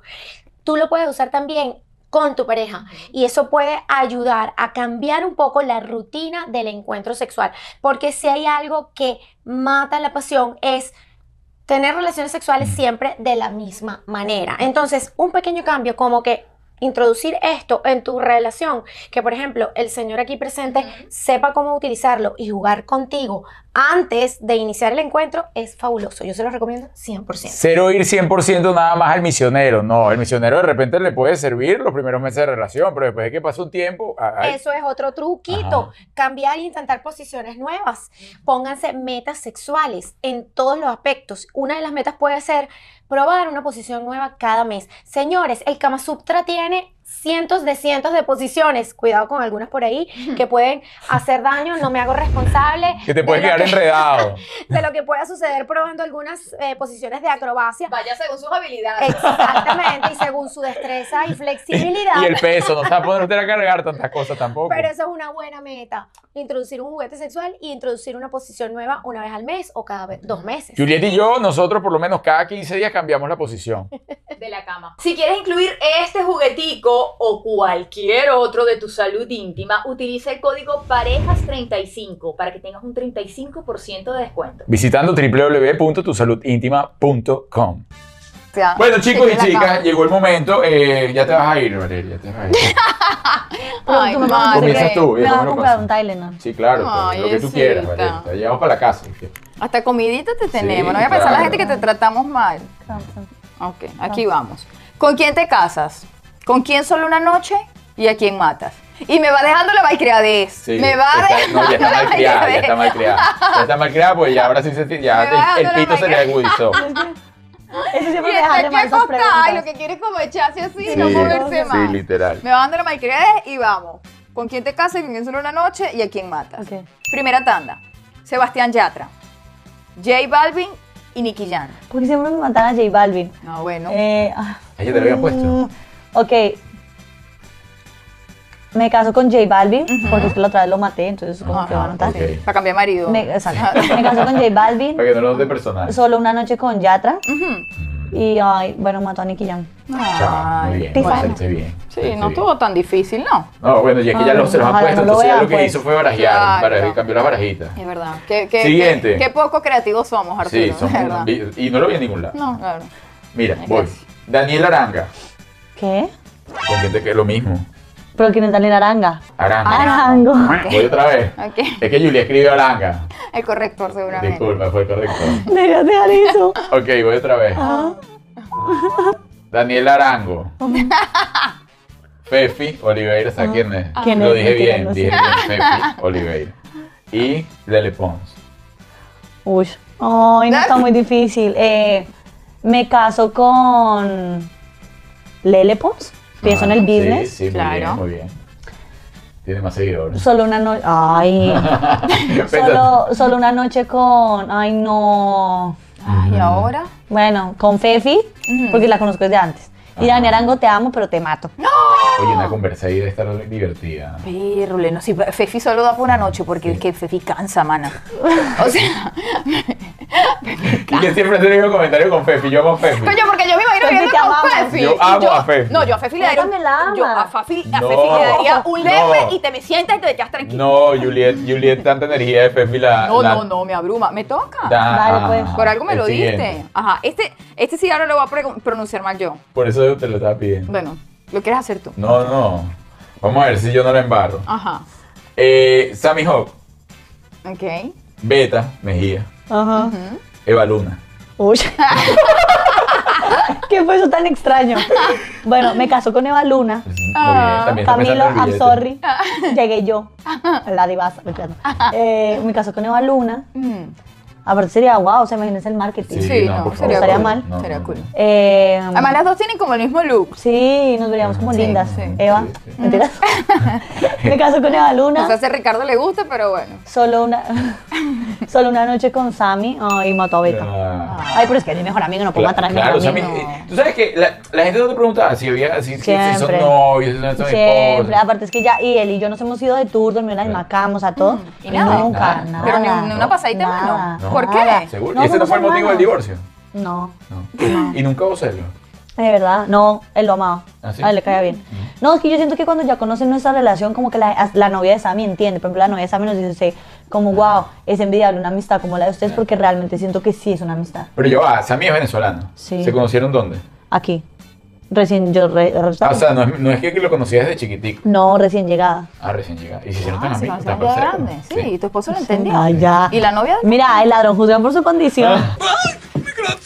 G: Tú lo puedes usar también con tu pareja y eso puede ayudar a cambiar un poco la rutina del encuentro sexual. Porque si hay algo que mata la pasión es tener relaciones sexuales siempre de la misma manera. Entonces, un pequeño cambio como que introducir esto en tu relación, que por ejemplo el señor aquí presente sepa cómo utilizarlo y jugar contigo antes de iniciar el encuentro es fabuloso. Yo se lo recomiendo 100%.
A: Cero ir 100% nada más al misionero. No, el misionero de repente le puede servir los primeros meses de relación, pero después de que pasa un tiempo. ay,
G: Eso es otro truquito, cambiar e intentar posiciones nuevas. Pónganse metas sexuales en todos los aspectos. Una de las metas puede ser probar una posición nueva cada mes. Señores, el Kama Sutra tiene cientos de cientos de posiciones. Cuidado con algunas por ahí que pueden hacer daño, no me hago responsable.
A: que te puedes
G: de lo
A: quedar
G: que-
A: enredado.
G: De lo que pueda suceder probando algunas eh, posiciones de acrobacia.
B: Vaya según sus habilidades.
G: Exactamente, y según su destreza y flexibilidad.
A: Y el peso, no se va a poder usted a cargar tantas cosas tampoco.
G: Pero eso es una buena meta. Introducir un juguete sexual y introducir una posición nueva una vez al mes o cada vez, dos meses.
A: Juliet y yo, nosotros por lo menos cada 15 días cambiamos la posición.
B: de la cama. Si quieres incluir este juguetico o cualquier otro de tu salud íntima, utiliza el código PAREJAS35 para que tengas un 35% de descuento.
A: Visitando www.tusaludintima.com.
B: Ah,
A: Bueno, chicos y chicas, llegó el momento. eh, ya te vas a ir, Valeria. Ya te vas a ir.
C: Pero
B: Ay,
C: tú me vas a
B: madre.
C: decir
A: Comienzas
C: que
A: tú, y
C: Me vas
A: después
C: a
A: me lo
C: comprar
A: pasas.
C: un Tylenol.
A: Sí, claro, pues, lo que tú
B: Ay,
A: quieras,
B: Elcita.
A: Valeria. Te llevamos para la casa. ¿sí?
B: Hasta comidita te tenemos.
A: Sí,
B: no voy a pensar la
A: claro.
B: gente que te tratamos mal. Ok,
A: Ah.
B: aquí vamos. ¿Con quién te casas? ¿Con quién solo una noche? ¿Y a quién matas? Y me va dejando la malcriadez.
A: Sí,
B: me va
A: está-
B: dejando
A: no, ya está
B: la
A: mal criada, ya está
B: malcriadez.
A: mal criada. Ya está mal criada, pues ya ahora sí se
B: Me va
A: ya el, el
B: dando la
A: pito se le
B: malcriada.
A: agudizó.
C: Eso
B: Y
C: siempre me
B: está
C: deja de
B: aquí
C: mal esas
B: acostada y lo
C: preguntas.
B: que quiere es como echarse así
A: Sí,
B: y no moverse
A: sí,
B: más.
A: literal.
B: Me va dando la malcriadez y vamos. ¿Con quién te casas? ¿Con quién solo una noche? ¿Y a quién matas?
C: Ok.
B: Primera tanda. Sebastián Yatra, J Balvin y Nicky Jam.
C: Porque siempre me matan a J Balvin.
B: No, bueno.
C: Eh, ah,
A: Ella te lo había puesto.
C: mm, Ok. Me caso con J Balvin, porque es que la otra vez lo maté, entonces como que va a notar.
A: ok.
B: Para cambiar de marido.
C: Me, exacto. Me caso con J Balvin,
A: Para que no lo de personal.
C: solo una noche con Yatra,
B: Ujú.
C: y ay, bueno, mató a Nicky Jam.
A: Chao, muy bien,
B: Ay,
C: Pizarro.
A: bastante bien.
B: Sí, no
A: Sí.
B: estuvo tan difícil, ¿no?
A: No, bueno, y es que ya
C: Ay,
A: lo, se los han
C: ojalá
A: puesto,
C: no lo
A: entonces ya
C: vean,
A: lo que
C: pues.
A: hizo fue barajear,
B: Claro.
A: baraj- cambió las barajitas.
B: Es verdad. Qué, qué-
A: Siguiente.
B: Qué, qué poco creativos somos, Arturo.
A: Sí, son
B: es verdad.
A: y, y no lo vi en ningún lado.
B: No, claro.
A: Mira, voy. Daniel Aranga,
C: ¿Qué?
A: con quien te quedé lo mismo.
C: Pero quién es Daniel Aranga.
A: Aranga.
C: Arango.
A: Voy otra vez.
B: Ok.
A: Es que Julia escribió Aranga.
B: El corrector, seguramente.
A: Disculpa, fue correcto.
C: Deberías dejar eso.
A: Ok, voy otra vez. Daniel Arango. Fefi Oliveira, ¿sabes quién es?
C: ¿Quién
A: Lo
C: es?
A: dije bien,
C: Mentira, no sé.
A: dije bien. Fefi Oliveira. Y Lele Pons.
C: Uy. Ay, no está muy difícil. Eh, me caso con Lele Pons. Pienso en el
A: Ah,
C: business.
A: Sí, sí, muy
B: Claro.
A: bien, muy bien. Tiene más seguidores.
C: Solo una noche. Ay. solo, solo una noche con. Ay, no.
B: Ay, ¿y ahora?
C: Bueno, con Fefi, porque la conozco desde antes. Y Dani Arango, te amo, pero te mato.
A: Oye, una conversa ahí debe estar divertida.
B: Pirule, no, sí, Fefi solo da por una noche porque es que Fefi cansa, mana. O sea,
A: Y yo siempre te digo comentario con Fefi, yo con Fefi.
B: coño, porque Pues yo me imagino
C: Fefi,
B: viendo
C: Pues te
B: con
C: amamos.
B: Fefi.
A: Yo
B: y
A: amo a Fefi.
B: No, yo a Fefi le daría
C: Ella me
B: un,
C: la ama.
B: yo a Fefi, a
A: No,
B: Fefi le daría un
A: no.
B: leve y te me sientas y te quedas tranquilo.
A: No, Juliet, Juliet, tanta energía de Fefi la.
B: No,
A: la-
B: no, no, me abruma. Me toca.
A: Da-
C: Vale, pues.
A: ah,
B: Por algo me
A: el
B: lo diste.
A: siguiente.
B: Ajá, este, este sí ahora lo voy a pre- pronunciar mal yo.
A: Por eso te lo estaba pidiendo.
B: Bueno, lo quieres hacer tú.
A: No, no. Vamos a ver si yo no la embarro.
B: Ajá,
A: Eh, Sammy Hawk,
B: ok.
A: Beta, Mejía,
C: Ajá.
A: Eva Luna.
C: Uy. ¿Qué fue eso tan extraño? Bueno, me casó con Eva Luna.
A: Muy bien, también está
C: Ah, Camilo,
A: pensando en el
C: I'm
A: billete.
C: sorry. Llegué yo. La divasa. me entiendo. Eh, me casó con Eva Luna.
B: Mm,
C: Aparte sería wow, o sea, imagínense el marketing.
A: Sí,
B: Sí,
A: no,
B: no,
A: por favor.
B: sería
C: Estaría
B: cool.
C: mal.
A: No,
B: Sería
A: no,
B: cool.
A: no.
C: Eh,
B: Además, las dos tienen como el mismo look.
C: sí, nos veríamos como
A: Sí,
C: lindas.
B: sí.
C: Eva,
A: Sí, sí.
C: ¿mentiras? me casó con Eva Luna.
B: O sea, si a Ricardo le gusta, pero bueno.
C: Solo una, solo una noche con Sammy ay, y mató a Beta.
A: Ah,
C: Ay, pero es que es mi mejor amigo, no puedo matar a mi
A: claro,
C: mejor
A: o sea, mi-
C: amigo.
A: eh, tú sabes que la, la gente no te preguntaba si había, si, si- si son
C: Siempre.
A: novios, si son esposos.
C: Siempre, aparte es que ya, y él y yo nos hemos ido de tour, dormido en la misma cama, o sea, todo.
B: Mm, y nada.
C: Nunca,
A: Nada.
C: nada.
B: Pero ni un- ni una pasadita de
C: nada,
B: mano.
A: No.
B: ¿Por
C: nada.
B: qué?
A: Seguro.
C: No,
A: y ese no
C: somos
A: fue el motivo del
C: hermanos.
A: divorcio.
C: No,
A: No. Y nunca hubo celos.
C: de verdad, no, él lo amaba.
A: ¿Ah, sí?
C: A él le caía bien. No, es que yo siento que cuando ya conocen nuestra relación, como que la, la novia de Sammy entiende. Por ejemplo, la novia de Sammy nos dice, usted, como,
A: Ah.
C: wow, es envidiable una amistad como la de ustedes, porque realmente siento que sí es una amistad.
A: Pero yo, ah, Sammy es venezolano.
C: Sí.
A: ¿Se conocieron dónde?
C: Aquí, recién, yo, re- re-
A: Ah, o sea, no es, no es que lo conocías desde chiquitico.
C: no, recién llegada.
A: Ah, recién llegada. Y se hicieron tan
B: Ah, se
A: amigos,
B: conoce
A: tan
B: ya
A: parceros.
B: grande. Sí, y tu esposo lo entendía.
C: Ay, ya.
B: ¿Y la novia?
C: Mira, el ladrón juzga por su condición. O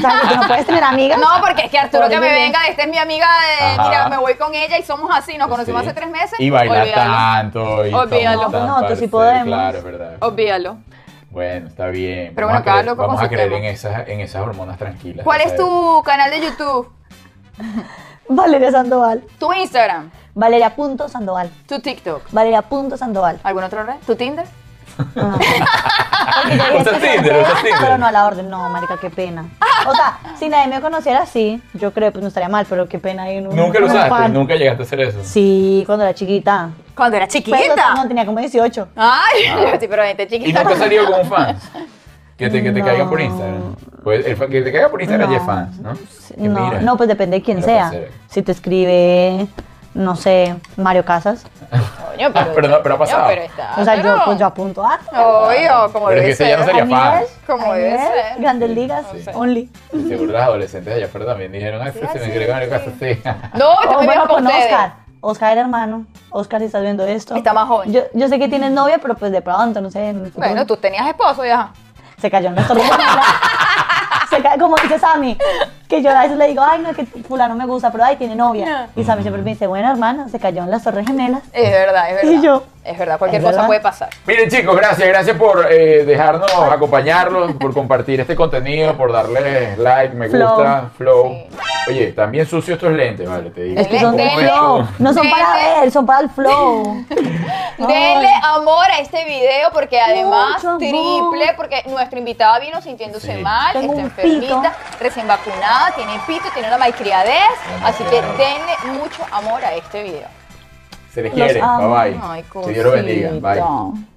C: sea, que tú no puedes tener amigas.
B: No, porque es que Arturo
C: Por
B: que me
C: Dios.
B: venga, esta es mi amiga, de,
A: Ajá.
B: mira, me voy con ella y somos así, nos conocimos
A: Sí.
B: hace tres meses.
A: Y baila
B: Olvídalo.
A: tanto. Y
B: Olvídalo.
A: somos tan
C: No, nosotros sí
A: parceros,
C: podemos.
A: Claro, es verdad.
B: Olvídalo.
A: Bueno, está bien.
B: Pero
A: Vamos
B: bueno, cada
A: a creer,
B: loco con
A: vamos a
B: su
A: creer en
B: tema.
A: esas, en esas hormonas tranquilas.
B: ¿Cuál
A: ya
B: es
A: sabes.
B: tu canal de YouTube?
C: Valeria Sandoval.
B: ¿Tu Instagram?
C: Valeria.sandoval.
B: ¿Tu TikTok?
C: Valeria.sandoval.
B: ¿Alguna otra red? ¿Tu Tinder?
C: No. Porque yo dije,
A: Ah, Usas
C: "Este
A: Tinder,
C: se
A: usas
C: queda",
A: Tinder.
C: Pero no a la orden, no, marica, qué pena. O sea, si nadie me conociera así, yo creo pues no estaría mal, pero qué pena. ir en un-
A: Nunca lo
C: en un
A: usaste,
C: pan.
A: nunca llegaste a hacer eso.
C: Sí, cuando era chiquita.
B: Cuando era
C: Pues,
B: chiquita.
C: no, tenía como 18.
B: Ay, yo sí, pero gente
A: Ah. ¿Y
B: chiquita.
A: nunca has salido con fans? Que te, que te
C: No.
A: caigan por Instagram. Pues el fa- que te caiga por Instagram
C: No.
A: ya es fans, ¿no?
C: Sí,
A: Que
C: No,
A: mira.
C: no, pues depende de quién
A: Pero
C: sea.
A: puede ser.
C: Si te escribe, no sé, Mario Casas.
B: Coño,
A: Ah, pero no, pero ha pasado.
B: coño, pero está,
A: Ah,
C: O sea, yo
B: pero-
C: pues yo apunto a.
B: Obvio, como
A: Pero es
B: debe
A: que ese ya no
B: ser.
A: sería fan.
B: Como debe ser.
C: Grandes ligas,
A: Sí.
C: only.
A: Y Seguro las adolescentes allá afuera también dijeron, ay, se me agregó en el caso, sí.
B: No,
C: O,
B: también
C: Oh, bueno,
B: vivo
C: con
B: con ustedes.
C: Oscar. Oscar, hermano. Oscar, si estás viendo esto.
B: Está más joven.
C: Yo, yo sé que tienes novia, pero pues de pronto, no sé. en el futuro.
B: Bueno, tú tenías esposo ya.
C: Se cayó en la torre. Se ca- como dice Sammy, que yo a veces le digo, ay, no, que fulano me gusta, pero ay, tiene novia. Y Sammy siempre me dice, bueno, hermana, se cayó en las torres gemelas.
B: Es verdad, es verdad.
C: Y yo.
B: Es verdad, cualquier
C: Es
B: cosa
C: verdad.
B: puede pasar.
A: Miren chicos, gracias, gracias por eh, dejarnos acompañarlos, por compartir este contenido, por darle like, me
C: Flow.
A: gusta, flow. Oye, también sucio estos lentes, vale, te digo.
C: Es que son de
B: Denle-
A: ¿Cómo es?
C: flow. No son para ver, son para el flow.
B: Denle amor a este video porque además
C: Mucho amor.
B: triple, porque nuestra invitada vino sintiéndose
A: Sí.
B: mal,
C: Tengo
B: está
C: un
B: enfermita, recién vacunada, tiene pito, tiene una malcriadez. Así que
A: Demasiado.
B: denle mucho amor a este video.
A: Se les
C: Los
A: quiere,
C: amo.
A: bye bye.
B: Ay,
A: que Dios los bendiga, bye.
B: cosita.